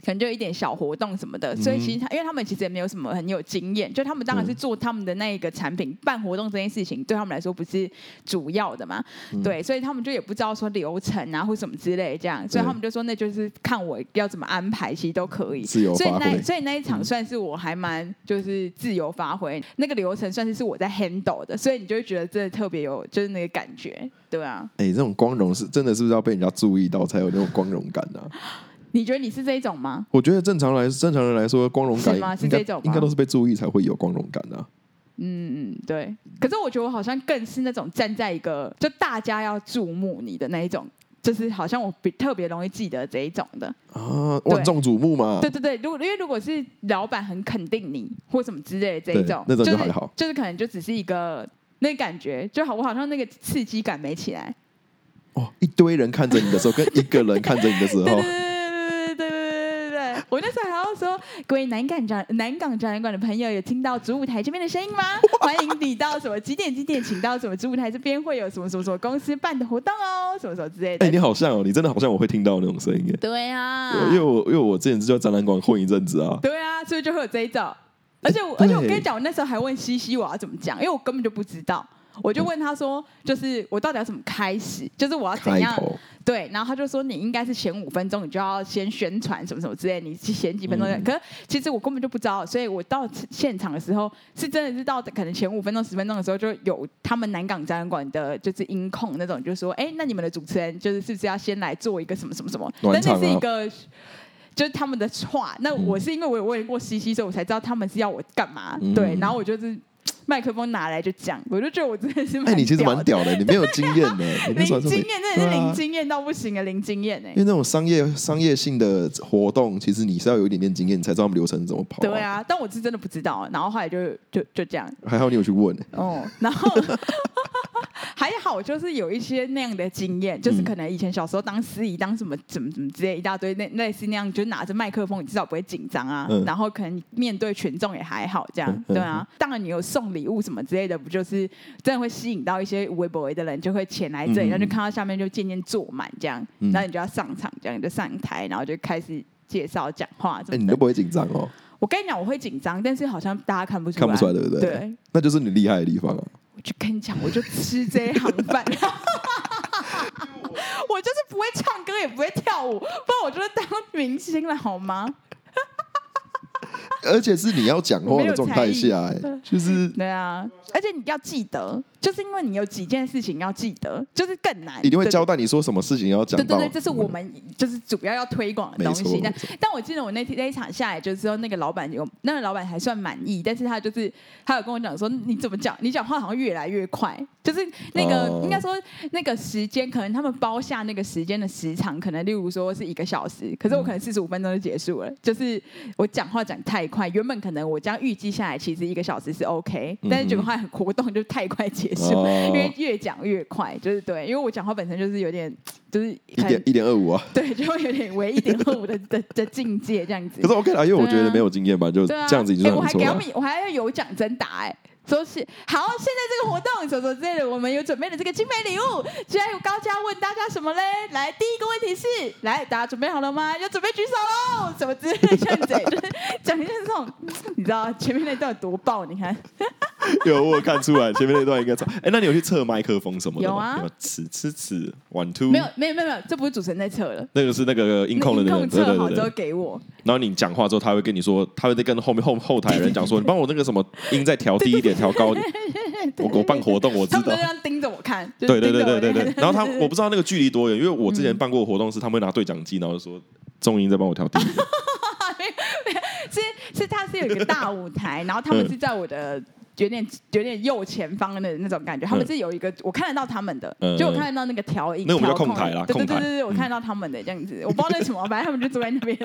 [SPEAKER 2] 可能就有一点小活动什么的，所以其实他因为他们其实也没有什么很有经验，就他们当然是做他们的那一个产品办活动这件事情，对他们来说不是主要的嘛，
[SPEAKER 3] 嗯
[SPEAKER 2] 对，所以他们就也不知道说流程啊或什么之类这样，所以他们就说那就是看我要怎么安排，其实都可以，
[SPEAKER 3] 自由
[SPEAKER 2] 所以
[SPEAKER 3] 发
[SPEAKER 2] 那
[SPEAKER 3] 挥嗯
[SPEAKER 2] 所以那一场算是我还蛮就是自由发挥，那个流程算是是我在 handle 的，所以你就会觉得真的特别有就是那个感觉，对啊，
[SPEAKER 3] 哎、这种光荣是真的是不是要被人家注意到才有那种光荣感啊？
[SPEAKER 2] 你觉得你是这一种吗？
[SPEAKER 3] 我觉得正常来正常人来说，光荣感
[SPEAKER 2] 是吗是
[SPEAKER 3] 应该
[SPEAKER 2] 这种吗
[SPEAKER 3] 应该都是被注意才会有光荣感啊。
[SPEAKER 2] 嗯，对。可是我觉得我好像更是那种站在一个就大家要注目你的那一种。就是好像我比特别容易记得这一种的，
[SPEAKER 3] 啊，万众瞩目嘛
[SPEAKER 2] 对。对对，如果因为如果是老板很肯定你或什么之类的这一
[SPEAKER 3] 对
[SPEAKER 2] 种，
[SPEAKER 3] 那种就是还好
[SPEAKER 2] 就是可能就只是一个那感觉，就好我好像那个刺激感没起来，
[SPEAKER 3] 哦，一堆人看着你的时候，跟一个人看着你的时
[SPEAKER 2] 对对对对对对对对对
[SPEAKER 3] 候，
[SPEAKER 2] 对对对对！我那时候还要说，各位南港展南港展览馆的朋友，有听到主舞台这边的声音吗？欢迎你到什么几点几点，请到什么主舞台这边会有什么什么什么公司办的活动哦，什么什么之类
[SPEAKER 3] 哎、
[SPEAKER 2] 的。
[SPEAKER 3] 你好像哦，你真的好像我会听到那种声音耶。
[SPEAKER 2] 对啊，
[SPEAKER 3] 因为我因为我之前就在展览馆混一阵子啊，
[SPEAKER 2] 对啊，所以就会有这一种。而且我而且我跟你讲，我那时候还问西西我要怎么讲，因为我根本就不知道。我就问他说，就是我到底要怎么开始，就是我要哦怎
[SPEAKER 3] 开
[SPEAKER 2] 样
[SPEAKER 3] 头
[SPEAKER 2] 对，然后他就说你应该是前五分钟你就要先宣传什么什么之类，你前几分
[SPEAKER 3] 嗯
[SPEAKER 2] 钟。可是其实我根本就不知道，所以我到现场的时候是真的是到可能前五分钟、十分钟的时候就有他们南港展览馆的就是音控那种，就说哎，那你们的主持人就是是不是要先来做一个什么什么什么？
[SPEAKER 3] 暖
[SPEAKER 2] 但那
[SPEAKER 3] 场
[SPEAKER 2] 是一
[SPEAKER 3] 啊
[SPEAKER 2] 个。就是他们的话，那我是因为我有问过西西，所以我才知道他们是要我干嘛。
[SPEAKER 3] 嗯
[SPEAKER 2] 对，然后我就是麦克风拿来就讲，我就觉得我真的是
[SPEAKER 3] 哎、你其实
[SPEAKER 2] 屌
[SPEAKER 3] 蛮
[SPEAKER 2] 的
[SPEAKER 3] 屌的，你没有经 验呢，你 那
[SPEAKER 2] 零
[SPEAKER 3] 时候还
[SPEAKER 2] 经
[SPEAKER 3] 是没
[SPEAKER 2] 验，真的是
[SPEAKER 3] 对啊
[SPEAKER 2] 零经验到不行的零经验哎、
[SPEAKER 3] 因为那种商业商业性的活动，其实你是要有一点点经验，你才知道他们流程怎么跑、
[SPEAKER 2] 对，啊，但我是真的不知道，然后后来就就就这样，
[SPEAKER 3] 还好你有去问、
[SPEAKER 2] 哦， 然后还好就是有一些那样的经验，就是
[SPEAKER 3] 嗯
[SPEAKER 2] 可能以前小时候当司仪、当什么怎么怎么之类一大堆类类似那样，就拿着麦克风，你至少不会紧张啊。
[SPEAKER 3] 嗯
[SPEAKER 2] 然后可能面对群众也还好，这样、
[SPEAKER 3] 嗯嗯
[SPEAKER 2] 对啊。当然你有送礼物什么之类的，不就是真的会吸引到一些微博的人就会前来这里，
[SPEAKER 3] 嗯嗯嗯
[SPEAKER 2] 然后就看到下面就渐渐坐满这样，
[SPEAKER 3] 嗯
[SPEAKER 2] 然后你就要上场这样，你就上台，然后就开始。介绍讲话
[SPEAKER 3] 哎、
[SPEAKER 2] 什
[SPEAKER 3] 你
[SPEAKER 2] 么的
[SPEAKER 3] 都，不会紧张哦，
[SPEAKER 2] 我跟你讲，我会紧张，但是好像大家看不出来，
[SPEAKER 3] 看不出来对不对？
[SPEAKER 2] 对，
[SPEAKER 3] 那就是你厉害的地 方啊。
[SPEAKER 2] 我就跟你讲，我就吃这一行饭。 我就是不会唱歌，也不会跳舞，不然我就是当明星了，好吗？
[SPEAKER 3] 而且是你要讲话的状态下、哎，就是
[SPEAKER 2] 对啊，而且你要记得，就是因为你有几件事情要记得，就是更难，
[SPEAKER 3] 一定会
[SPEAKER 2] 对
[SPEAKER 3] 交代你说什么事情要讲
[SPEAKER 2] 对
[SPEAKER 3] 到。嗯
[SPEAKER 2] 对对，这是我们就是主要要推广的东西
[SPEAKER 3] 没错。
[SPEAKER 2] 但
[SPEAKER 3] 没错
[SPEAKER 2] 但我记得我那天那一场下来，就是说那个老板有，那个老板还算满意，但是他就是他有跟我讲说，你怎么讲？你讲话好像越来越快，就是那个、
[SPEAKER 3] 哦
[SPEAKER 2] 应该说那个时间，可能他们包下那个时间的时长，可能例如说是一个小时，可是我可
[SPEAKER 3] 嗯
[SPEAKER 2] 能四十五分钟就结束了，就是我讲话讲太快，原本可能我这样预计下来，其实一个小时是 OK，但
[SPEAKER 3] 嗯
[SPEAKER 2] 是结果后来活动就太快结束，
[SPEAKER 3] 哦
[SPEAKER 2] 因为越讲越快，就是对，因为我讲话本身就是有点就是
[SPEAKER 3] 一点一点二五啊。
[SPEAKER 2] 对，就会有点为一点二五的的的境界这样子。
[SPEAKER 3] 可是 OK 啦，因为我
[SPEAKER 2] 对啊
[SPEAKER 3] 觉得没有经验吧，就
[SPEAKER 2] 对啊，
[SPEAKER 3] 这样子已经
[SPEAKER 2] 哎
[SPEAKER 3] 算
[SPEAKER 2] 我
[SPEAKER 3] 不
[SPEAKER 2] 还
[SPEAKER 3] 错
[SPEAKER 2] 给他
[SPEAKER 3] 了
[SPEAKER 2] 们。，我还要有奖征答哎、说是好，现在这个活动什么之类的，我们有准备了这个精美礼物。既然有高家问大家什么嘞？来，第一个问题是，来，大家准备好了吗？要准备举手喽，什么之类的这样子、哎就是讲一下这种，你知道前面那段有多爆？你看，
[SPEAKER 3] 嗯 有我有看出来前面那段应该唱。哎、那你有去测麦克风什么的吗？
[SPEAKER 2] 有啊
[SPEAKER 1] 有此此此 one two，
[SPEAKER 2] 没有，没有，没有，没有，这不是主持人在测了，
[SPEAKER 1] 那个是那个音
[SPEAKER 2] 那
[SPEAKER 1] 控的
[SPEAKER 2] 音
[SPEAKER 1] 那个，
[SPEAKER 2] 控
[SPEAKER 1] 对
[SPEAKER 2] 测
[SPEAKER 1] 对
[SPEAKER 2] 好
[SPEAKER 1] 对
[SPEAKER 2] 之后
[SPEAKER 1] 对。
[SPEAKER 2] 给我，
[SPEAKER 1] 然后你讲话之后，他会跟你说，他会再跟后面后后台人讲说，你帮我那个什么音再调低一点，调高一 点。我我办活动，我知
[SPEAKER 2] 他们
[SPEAKER 1] 道
[SPEAKER 2] 都这。样盯着我看，就
[SPEAKER 1] 对对
[SPEAKER 2] 盯
[SPEAKER 1] 对
[SPEAKER 2] 着我
[SPEAKER 1] 对对
[SPEAKER 2] 看
[SPEAKER 1] 对。然后他 我不知道那个距离多远，因为我之前办过活动是他们会拿对讲机，然后就说重音再帮我调低一点。
[SPEAKER 2] 是是，它是有一个大舞台，然后他们是在我的有点有点右前方的那那种感觉，他们
[SPEAKER 1] 嗯
[SPEAKER 2] 是有一个我看得到他们的
[SPEAKER 1] 嗯，
[SPEAKER 2] 就我看得到那个调音，
[SPEAKER 1] 那我们叫
[SPEAKER 2] 调控
[SPEAKER 1] 控台啦
[SPEAKER 2] 对对
[SPEAKER 1] 控
[SPEAKER 2] 对
[SPEAKER 1] 台
[SPEAKER 2] 对对，我看得到他们的这样子，我不知道那是什么， 反正他们就坐在那边，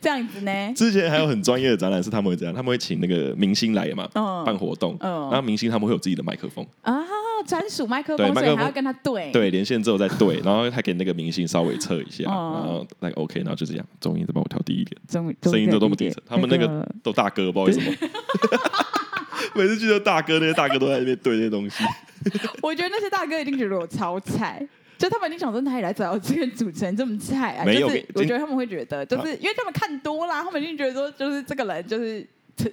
[SPEAKER 2] 这样子呢，
[SPEAKER 1] 之前还有很专业的展览是他们会怎样？他们会请那个明星来嘛，
[SPEAKER 2] 嗯
[SPEAKER 1] 办活动，
[SPEAKER 2] 嗯
[SPEAKER 1] 然后明星他们会有自己的麦克风，
[SPEAKER 2] 啊，专属麦克
[SPEAKER 1] 对
[SPEAKER 2] 风，
[SPEAKER 1] 麦
[SPEAKER 2] 所
[SPEAKER 1] 克
[SPEAKER 2] 以
[SPEAKER 1] 风
[SPEAKER 2] 还要跟他对，
[SPEAKER 1] 对，连线之后再对，然后还给那个明星稍微测一下，
[SPEAKER 2] 嗯
[SPEAKER 1] 然后那个 OK，然后就这样，中音再帮我调低一点，
[SPEAKER 2] 终于，
[SPEAKER 1] 声音都
[SPEAKER 2] 都
[SPEAKER 1] 这么低沉，他们那个都大哥，不知道为什么。 每次去到大哥，那些大哥都在那边对那些东西，
[SPEAKER 2] 我觉得那些大哥一定觉得我超菜，就他们一定想说哪里来找这个主持人这么菜啊？
[SPEAKER 1] 没有
[SPEAKER 2] 就是
[SPEAKER 1] 我
[SPEAKER 2] 我觉得他们会觉得，就是因为他们看多啦，他们一定觉得说，就是这个人就是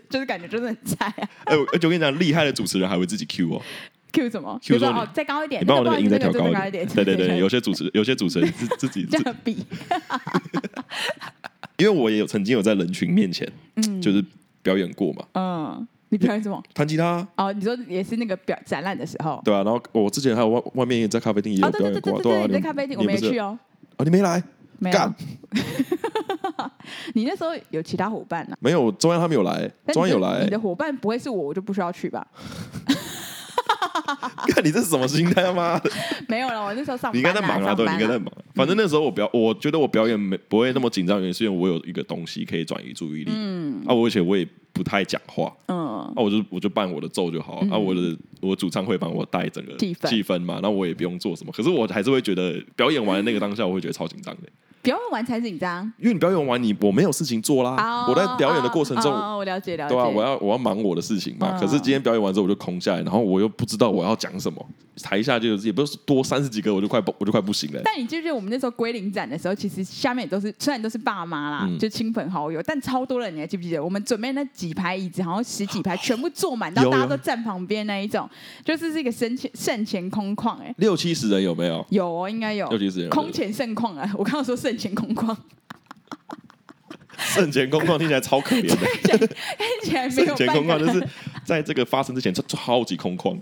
[SPEAKER 2] 就是感觉就是很菜啊。
[SPEAKER 1] 哎，我而且我跟你讲，厉害的主持人还会自己 Q 哦，
[SPEAKER 2] Q 什么
[SPEAKER 1] Cue
[SPEAKER 2] 就说
[SPEAKER 1] 说你
[SPEAKER 2] 哦，再高一点，
[SPEAKER 1] 你帮我那个音再
[SPEAKER 2] 再
[SPEAKER 1] 调高
[SPEAKER 2] 一
[SPEAKER 1] 一点，对对 对，有些主持有些主持人自自己
[SPEAKER 2] 这
[SPEAKER 1] 自，
[SPEAKER 2] 样比，
[SPEAKER 1] 因为我也有曾经有在人群面前，
[SPEAKER 2] 嗯
[SPEAKER 1] 就是表演过嘛，
[SPEAKER 2] 嗯，你表演什么？
[SPEAKER 1] 弹吉他啊，
[SPEAKER 2] 哦，你说也是那个表展览的时候。
[SPEAKER 1] 对啊，然后我之前还有外外面也在咖啡厅也
[SPEAKER 2] 哦，
[SPEAKER 1] 有
[SPEAKER 2] 对
[SPEAKER 1] 表
[SPEAKER 2] 对
[SPEAKER 1] 演
[SPEAKER 2] 对
[SPEAKER 1] 过啊，
[SPEAKER 2] 对对，
[SPEAKER 1] 啊，
[SPEAKER 2] 你在咖啡厅，我
[SPEAKER 1] 你
[SPEAKER 2] 没
[SPEAKER 1] 不是
[SPEAKER 2] 去哦，
[SPEAKER 1] 啊，你没来，
[SPEAKER 2] 没有
[SPEAKER 1] 干。
[SPEAKER 2] 你那时候有其他伙伴呢？啊
[SPEAKER 1] 没有，中央他们有来，
[SPEAKER 2] 但
[SPEAKER 1] 中
[SPEAKER 2] 你
[SPEAKER 1] 央有
[SPEAKER 2] 的
[SPEAKER 1] 来
[SPEAKER 2] 你的，伙伴不会是我，我就不需要去吧？
[SPEAKER 1] 看你这是什么心态啊妈的！
[SPEAKER 2] 没有了，我那时候上班
[SPEAKER 1] 你应该在忙
[SPEAKER 2] 啊，
[SPEAKER 1] 对，你应该在
[SPEAKER 2] 在
[SPEAKER 1] 忙。反正那时候我表，我觉得我表演没不会那么紧张，原因是因为我有一个东西可以转移注意力。嗯，啊，我而且我也不太讲话，
[SPEAKER 2] 嗯
[SPEAKER 1] 啊，我就我就伴我的奏就好，啊，我的我主唱会帮我带整个
[SPEAKER 2] 气氛
[SPEAKER 1] 气氛嘛，那我也不用做什么。可是我还是会觉得表演完的那个当下，我会觉得超紧张的，
[SPEAKER 2] 表演完才紧张。
[SPEAKER 1] 因为你表演完你我没有事情做啦，
[SPEAKER 2] 哦
[SPEAKER 1] 我在表演的过程中
[SPEAKER 2] 哦。哦我了解了解。
[SPEAKER 1] 对啊，我要我要忙我的事情嘛。
[SPEAKER 2] 嗯
[SPEAKER 1] 可是今天表演完之后我就空下来，然后我又不知道我要讲什么，台下就有也不是多三十几个，我就快不我就快不行了、
[SPEAKER 2] 但你记不记得我们那时候归零展的时候，其实下面也都是虽然都是爸妈啦，
[SPEAKER 1] 嗯
[SPEAKER 2] 就亲朋好友，但超多人，你还记不记得？我们准备那几排椅子，好像十几排，全部坐满，到
[SPEAKER 1] 有
[SPEAKER 2] 大家
[SPEAKER 1] 有
[SPEAKER 2] 都站旁边那一种，就是是一个深前盛前空旷哎、
[SPEAKER 1] 六七十人有没有？
[SPEAKER 2] 有哦，应该有
[SPEAKER 1] 六七十人，
[SPEAKER 2] 空前盛况啊！我刚刚说盛前空旷，
[SPEAKER 1] 瞬间空旷听起来超可怜 的。
[SPEAKER 2] 看起来没
[SPEAKER 1] 瞬
[SPEAKER 2] 有
[SPEAKER 1] 间
[SPEAKER 2] 半
[SPEAKER 1] 空
[SPEAKER 2] 个
[SPEAKER 1] 旷
[SPEAKER 2] 人
[SPEAKER 1] 就是在这个发生之前，超超级空旷。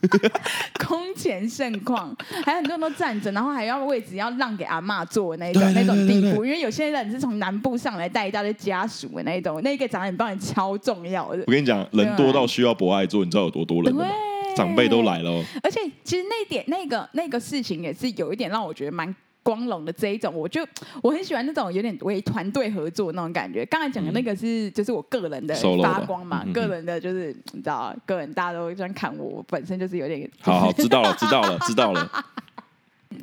[SPEAKER 2] 空前盛 况，还有很多人都站着，然后还要位置要让给阿嬷坐的那一
[SPEAKER 1] 对
[SPEAKER 2] 种
[SPEAKER 1] 对
[SPEAKER 2] 那种
[SPEAKER 1] 对
[SPEAKER 2] 地
[SPEAKER 1] 对
[SPEAKER 2] 步，因为有些人是从南部上来带一大堆家属的那一种，那个展览帮你超重要的
[SPEAKER 1] 我。跟你讲，人多到需要博爱座，你知道有多多人了吗？
[SPEAKER 2] 对
[SPEAKER 1] 长辈都来了哦，
[SPEAKER 2] 而且其实那一点那个那个事情也是有一点让我觉得蛮。光荣的这一种，我就我很喜欢那种有点为团队合作那种感觉。刚才讲的那个是、就是我个人的
[SPEAKER 1] Solo 的
[SPEAKER 2] 发光嘛，
[SPEAKER 1] 嗯嗯嗯
[SPEAKER 2] 个人的就是你知道，个人大家都这样看我，我本身就是有点
[SPEAKER 1] 好好知 道了，知道了，知道了。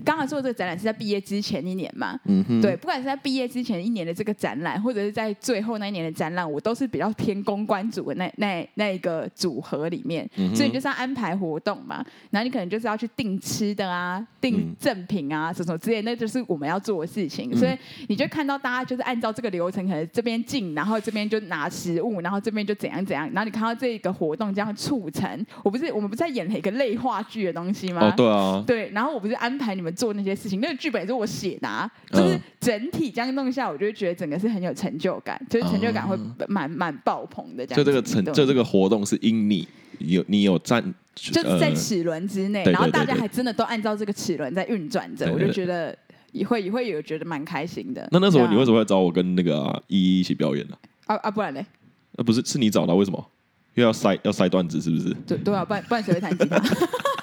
[SPEAKER 2] 刚才说的这个展览是在毕业之前一年嘛，
[SPEAKER 3] 嗯哼，
[SPEAKER 2] 对，不管是在毕业之前一年的这个展览，或者是在最后那一年的展览，我都是比较偏公关组的那那那一个组合里面，
[SPEAKER 1] 嗯哼
[SPEAKER 2] 所以你就是要安排活动嘛，然后你可能就是要去订吃的啊、订
[SPEAKER 1] 嗯
[SPEAKER 2] 赠品啊、什么什么之类，那就是我们要做的事情。所以你就看到大家就是按照这个流程，可能这边进，然后这边就拿食物，然后这边就怎样怎样，然后你看到这个活动这样促成，我不是我们不是在演了一个类话剧的东西吗？
[SPEAKER 1] 哦，对啊，
[SPEAKER 2] 对，然后我不是安排你们做那些事情，那个剧本也是我写的、啊，就是
[SPEAKER 1] 嗯
[SPEAKER 2] 整体这样弄下来，我就会觉得整个是很有成就感，就是成就感会蛮蛮爆棚的这样
[SPEAKER 1] 哦就
[SPEAKER 2] 子。
[SPEAKER 1] 这个成，
[SPEAKER 2] 对
[SPEAKER 1] 就这个活动是因你有你有占，
[SPEAKER 2] 就是在
[SPEAKER 1] 呃
[SPEAKER 2] 齿轮之内，
[SPEAKER 1] 对对
[SPEAKER 2] 然后大
[SPEAKER 1] 对
[SPEAKER 2] 家
[SPEAKER 1] 对
[SPEAKER 2] 还真的都按照这个齿轮在运转着，
[SPEAKER 1] 对
[SPEAKER 2] 我
[SPEAKER 1] 对
[SPEAKER 2] 就
[SPEAKER 1] 对
[SPEAKER 2] 觉得也会也会有觉得蛮开心的。
[SPEAKER 1] 那那时候你为
[SPEAKER 2] 会
[SPEAKER 1] 什么要找我跟那个啊依依一起表演呢、
[SPEAKER 2] 啊啊不然嘞？
[SPEAKER 1] 那、不是是你找的啊，为什么？因为要塞要塞段子，是不是？
[SPEAKER 2] 对对啊，不然不然谁会弹吉他？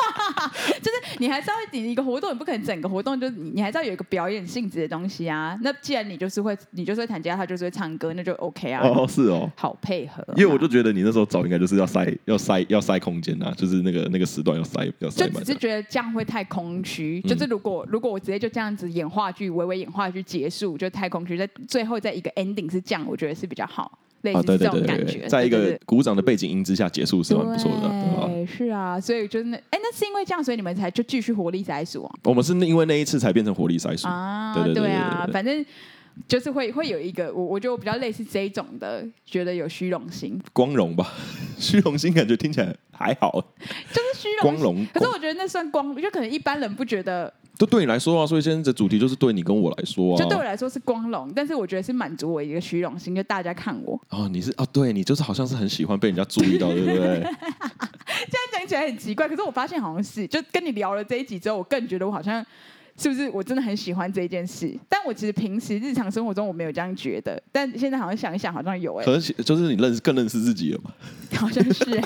[SPEAKER 2] 就是你还是要你一个活动，你不可能整个活动就是你你还是要有一个表演性质的东西啊。那既然你就是会你就是会弹吉他，他就是会唱歌，那就 OK 啊。
[SPEAKER 1] 哦，是哦，
[SPEAKER 2] 好配合嘛，啊
[SPEAKER 1] 因为我就觉得你那时候找应该就是要塞要塞要塞空间啊，就是那个那个时段要塞要塞
[SPEAKER 2] 就
[SPEAKER 1] 满
[SPEAKER 2] 只是
[SPEAKER 1] 的。
[SPEAKER 2] 觉得这样会太空虚。
[SPEAKER 1] 嗯
[SPEAKER 2] 就是如果如果我直接就这样子演话剧，微微演话剧结束，就太空虚。在最后在一个 ending 是这样，我觉得是比较好，类
[SPEAKER 1] 啊，
[SPEAKER 2] 似
[SPEAKER 1] 对
[SPEAKER 2] 是
[SPEAKER 1] 对
[SPEAKER 2] 这
[SPEAKER 1] 对
[SPEAKER 2] 种
[SPEAKER 1] 对
[SPEAKER 2] 感
[SPEAKER 1] 对，
[SPEAKER 2] 觉，
[SPEAKER 1] 在一
[SPEAKER 2] 对
[SPEAKER 1] 个
[SPEAKER 2] 对
[SPEAKER 1] 鼓掌的背景音之下结束是
[SPEAKER 2] 对
[SPEAKER 1] 蛮不错的啊，对吧？
[SPEAKER 2] 对是啊，所以就是那哎，那是因为这样，所以你们才就继续活力在数
[SPEAKER 1] 我们是因为那一次才变成活力塞数，
[SPEAKER 2] 啊，
[SPEAKER 1] 对对对对
[SPEAKER 2] 啊
[SPEAKER 1] 对对，对
[SPEAKER 2] 反正。就是会会有一个我，我觉得我比较类似这一种的，觉得有虚荣心，
[SPEAKER 1] 光荣吧？ 虚荣心感觉听起来还好，
[SPEAKER 2] 就是虚荣
[SPEAKER 1] 光
[SPEAKER 2] 心。
[SPEAKER 1] 荣。
[SPEAKER 2] 可是
[SPEAKER 1] 光
[SPEAKER 2] 我觉得那算光，就可能一般人不觉得
[SPEAKER 1] 就对你来说啊，所以今天的主题就是对你跟我来说啊，
[SPEAKER 2] 就对我来说是光荣，但是我觉得是满足我一个虚荣心，就大家看我。
[SPEAKER 1] 哦，你是哦，对你就是好像是很喜欢被人家注意到，对不 对？
[SPEAKER 2] 现在讲起来很奇怪，可是我发现好像是，就跟你聊了这一集之后，我更觉得我好像是不是我真的很喜欢这件事？但我其实平时日常生活中我没有这样觉得，但现在好像想一想，好像有哎、
[SPEAKER 1] 可是就是你认识更认识自己了嘛？
[SPEAKER 2] 好像是、欸，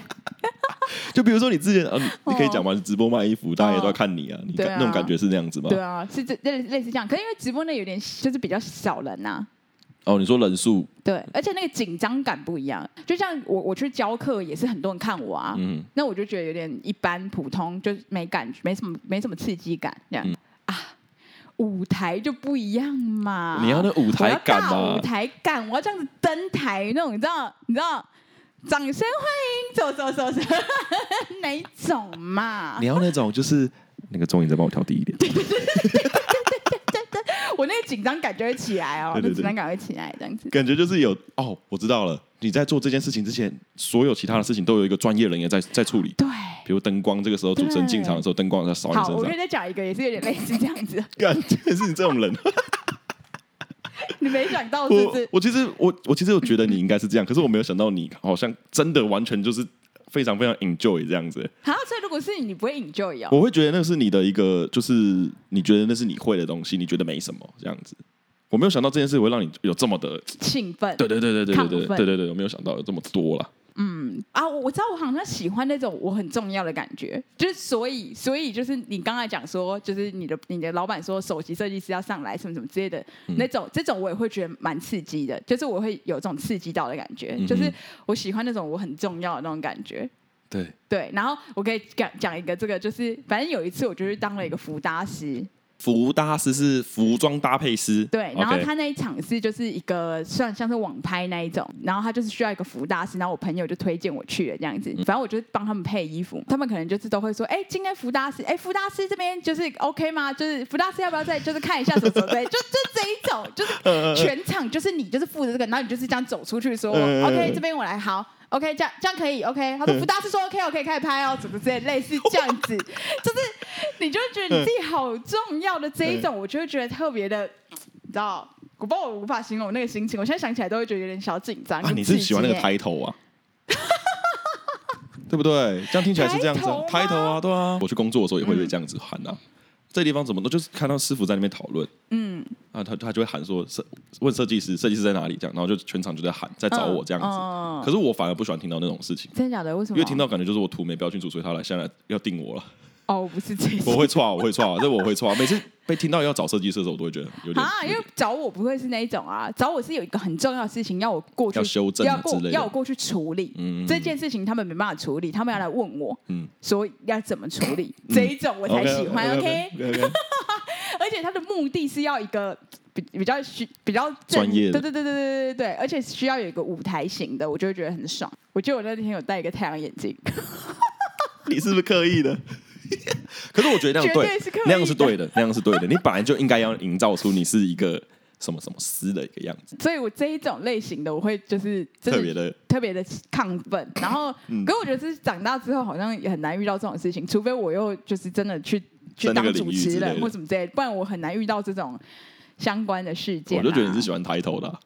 [SPEAKER 1] 就比如说你 之前，啊，你你可以讲嘛，直播卖衣服，大家也都要看你啊，你
[SPEAKER 2] 哦对
[SPEAKER 1] 感
[SPEAKER 2] 啊
[SPEAKER 1] 那种感觉是那样子吗？
[SPEAKER 2] 对啊，是这类类似这样。可是因为直播那有点就是比较少人啊呐、
[SPEAKER 1] 哦，你说人数，
[SPEAKER 2] 对，而且那个紧张感不一样。就像我我去教课也是很多人看我啊，
[SPEAKER 1] 嗯，
[SPEAKER 2] 那我就觉得有点一般普通，就是没感觉，没什么没什么刺激感这
[SPEAKER 1] 嗯
[SPEAKER 2] 样、啊。舞台就不一样嘛，
[SPEAKER 1] 你要那舞台感啊
[SPEAKER 2] 我要大
[SPEAKER 1] 嘛
[SPEAKER 2] 舞，台感，我要这样子登台那种，你知道，你知道，掌声欢迎，走走走走， 哪一种嘛
[SPEAKER 1] 你？要那种就是那个钟影再帮我调低一点，
[SPEAKER 2] 我那个紧张感就会起来哦，
[SPEAKER 1] 对对对
[SPEAKER 2] 那紧张感会起来这样子。
[SPEAKER 1] 感觉就是有哦，我知道了，你在做这件事情之前，所有其他的事情都有一个专业人员在在处理，
[SPEAKER 2] 对，
[SPEAKER 1] 比如灯光，这个时候主持人进场的时候，灯光在扫你
[SPEAKER 2] 好，
[SPEAKER 1] 身
[SPEAKER 2] 我跟
[SPEAKER 1] 上
[SPEAKER 2] 你，再讲一个，也是有点类似这样子。
[SPEAKER 1] 感觉是你这种人。
[SPEAKER 2] 你没想到是不
[SPEAKER 1] 我
[SPEAKER 2] 是？
[SPEAKER 1] 我其实我我其实我觉得你应该是这样，可是我没有想到你好像真的完全就是非常非常 enjoy 这样子、
[SPEAKER 2] 好，啊所以如果是你，你不会 enjoy 哦。
[SPEAKER 1] 我会觉得那是你的一个，就是你觉得那是你会的东西，你觉得没什么这样子。我没有想到这件事会让你有这么的，
[SPEAKER 2] 兴奋。
[SPEAKER 1] 对对对对对对对
[SPEAKER 2] 亢奋
[SPEAKER 1] 对对对，我没有想到有这么多啦。
[SPEAKER 2] 啊，我我知道，我好像喜欢那种我很重要的感觉，就是所以所以就是你刚才讲说，就是你的你的老板说首席设计师要上来什么什么之类的、
[SPEAKER 1] 嗯
[SPEAKER 2] 那种，这种我也会觉得蛮刺激的，就是我会有这种刺激到的感觉，
[SPEAKER 1] 嗯哼
[SPEAKER 2] 就是我喜欢那种我很重要的那种感觉。
[SPEAKER 1] 对，
[SPEAKER 2] 对，然后我可以讲讲一个这个，就是反正有一次我就去当了一个服搭师，
[SPEAKER 1] 服搭师是服装搭配师，
[SPEAKER 2] 对，然后
[SPEAKER 1] OK
[SPEAKER 2] 他那一场是就是一个算像是网拍那一种，然后他就是需要一个服大师，然后我朋友就推荐我去了这样子，
[SPEAKER 1] 嗯
[SPEAKER 2] 反正我就帮他们配衣服，他们可能就是都会说，哎、今天服大师，哎、服大师这边就是 OK 吗？就是服大师要不要再就是看一下什么什么之类，就就这一种，就是全场就是你就是负责这个，然后你就是这样走出去说、
[SPEAKER 1] 嗯
[SPEAKER 2] OK 这边我来好。OK，这样这样可以。OK，他说福大师说 OK，我可以开始拍哦，怎么之类，类似这样子， 就是你就觉得你自己好重要的这一
[SPEAKER 1] 嗯
[SPEAKER 2] 种，我就会觉得特别的，你知道，我不知道我无法形容那个心情，我现在想起来都会觉得有点小紧张。
[SPEAKER 1] 啊，
[SPEAKER 2] 跟
[SPEAKER 1] 你
[SPEAKER 2] 刺
[SPEAKER 1] 是
[SPEAKER 2] 激
[SPEAKER 1] 喜欢那个
[SPEAKER 2] 耶
[SPEAKER 1] title 啊？对不对？这样听起来是这样子啊
[SPEAKER 2] Title 吗
[SPEAKER 1] ，title 啊，对啊。我去工作的时候也会这样子喊啊，这地方怎么都就是看到师傅在那边讨论，
[SPEAKER 2] 嗯，
[SPEAKER 1] 啊，他他就会喊说设问设计师，设计师在哪里这样，然后就全场就在喊，在找我这样子。
[SPEAKER 2] 嗯嗯
[SPEAKER 1] 可是我反而不喜欢听到那种事情，
[SPEAKER 2] 真的假的？为什么？
[SPEAKER 1] 因为听到感觉就是我图没标清楚，所以他来现在要定我了，
[SPEAKER 2] 哦，不是这
[SPEAKER 1] 我
[SPEAKER 2] 些
[SPEAKER 1] 会错，啊我会错，这我会错。每次被听到要找设计师的时候，我都会觉得有点
[SPEAKER 2] 啊，因为找我不会是那一种啊，找我是有一个很重要的事情要我过去
[SPEAKER 1] 要修正啊
[SPEAKER 2] 要过
[SPEAKER 1] 之类的
[SPEAKER 2] 要我过去处理。
[SPEAKER 1] 嗯
[SPEAKER 2] 这件事情他们没办法处理，他们要来问我，
[SPEAKER 1] 嗯
[SPEAKER 2] 所以要怎么处理这一种我才喜欢。OK，
[SPEAKER 1] OK，
[SPEAKER 2] 而且他的目的是要一个比比较需比较正
[SPEAKER 1] 专业的
[SPEAKER 2] 对对对对对对对，而且需要有一个舞台型的，我就会觉得很爽。我记得我那天有戴一个太阳眼镜，
[SPEAKER 1] 你是不是刻意的？可是我觉得那样
[SPEAKER 2] 绝
[SPEAKER 1] 对
[SPEAKER 2] 对是刻意，的
[SPEAKER 1] 那样是对的，那样是对的。你本来就应该要营造出你是一个什么什么师的一个样子，
[SPEAKER 2] 所以我这一种类型的我会就是真
[SPEAKER 1] 特
[SPEAKER 2] 的
[SPEAKER 1] 别的嗯
[SPEAKER 2] 特别的亢奋，然后，可我觉得是长大之后好像也很难遇到这种事情，除非我又就是真的去去
[SPEAKER 1] 在那
[SPEAKER 2] 当
[SPEAKER 1] 个领
[SPEAKER 2] 主
[SPEAKER 1] 域
[SPEAKER 2] 持
[SPEAKER 1] 之类
[SPEAKER 2] 人
[SPEAKER 1] 的
[SPEAKER 2] 或什么之类的，不然我很难遇到这种相关的事件、啊
[SPEAKER 1] 我就觉得你是喜欢抬头的啊、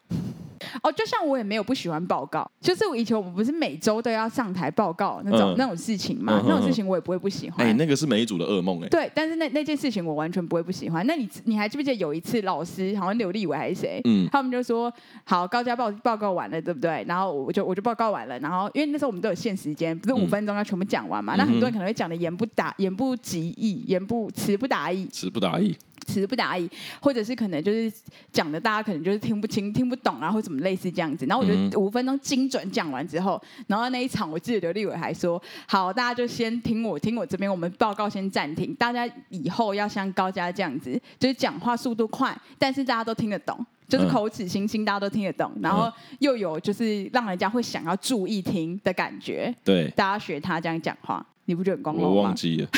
[SPEAKER 2] 哦，就像我也没有不喜欢报告，就是我以前我们不是每周都要上台报告那种、
[SPEAKER 1] 嗯
[SPEAKER 2] 那种事情
[SPEAKER 1] 嗯
[SPEAKER 2] 嘛，
[SPEAKER 1] 嗯嗯
[SPEAKER 2] 那种事情我也不会不喜欢。
[SPEAKER 1] 哎、那个是每一组的噩梦哎、
[SPEAKER 2] 对，但是那那件事情我完全不会不喜欢。那你你还记不记得有一次老师好像刘立伟还是谁，
[SPEAKER 1] 嗯
[SPEAKER 2] 他们就说好高家报报告完了，对不对？然后我就我就报告完了，然后因为那时候我们都有限时间，不是五
[SPEAKER 1] 嗯
[SPEAKER 2] 分钟要全部讲完
[SPEAKER 1] 嗯
[SPEAKER 2] 嘛？
[SPEAKER 1] 哼
[SPEAKER 2] 那很多人可能会讲的言不达言不及义，言不词不达意，
[SPEAKER 1] 词不达意，
[SPEAKER 2] 词不达意，或者是可能就是讲的大家可能就是听不清、听不懂啊，或什么类似这样子。然后我
[SPEAKER 1] 嗯
[SPEAKER 2] 就五分钟精准讲完之后，然后那一场我记得刘立伟还说：“好，大家就先听我听我这边，我们报告先暂停，大家以后要像高家这样子，就是讲话速度快，但是大家都听得懂。”就是
[SPEAKER 1] 嗯
[SPEAKER 2] 口齿清新，大家都听得懂，然后又有就是让人家会想要注意听的感觉，
[SPEAKER 1] 对
[SPEAKER 2] 大家学他这样讲话，你不觉得很光荣
[SPEAKER 1] 我
[SPEAKER 2] 吗？
[SPEAKER 1] 忘记了，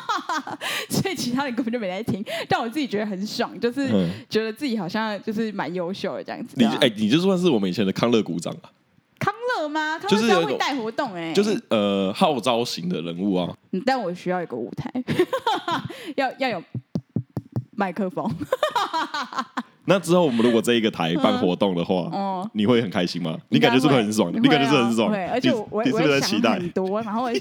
[SPEAKER 2] 所以其他人根本就没在听，但我自己觉得很爽，就是
[SPEAKER 1] 嗯
[SPEAKER 2] 觉得自己好像就是蛮优秀的这样子。
[SPEAKER 1] 你
[SPEAKER 2] 对啊
[SPEAKER 1] 哎、你就算是我们以前的康乐鼓掌啊，
[SPEAKER 2] 康乐吗？康
[SPEAKER 1] 就
[SPEAKER 2] 乐
[SPEAKER 1] 是
[SPEAKER 2] 是要
[SPEAKER 1] 有一
[SPEAKER 2] 会
[SPEAKER 1] 种
[SPEAKER 2] 带活动哎、
[SPEAKER 1] 就是呃号召型的人物啊，
[SPEAKER 2] 嗯，但我需要一个舞台， 要要有麦克风。
[SPEAKER 1] 那之后我们如果这一个台办活动的话，
[SPEAKER 2] 哦
[SPEAKER 1] 你会很开心吗？你感觉是不是很爽？
[SPEAKER 2] 应
[SPEAKER 1] 你
[SPEAKER 2] 该会
[SPEAKER 1] 感觉是不是很爽？
[SPEAKER 2] 会啊会而且我我
[SPEAKER 1] 你你
[SPEAKER 2] 也
[SPEAKER 1] 是
[SPEAKER 2] 我
[SPEAKER 1] 不是
[SPEAKER 2] 也
[SPEAKER 1] 在期
[SPEAKER 2] 想
[SPEAKER 1] 待
[SPEAKER 2] 很？多，然后我也。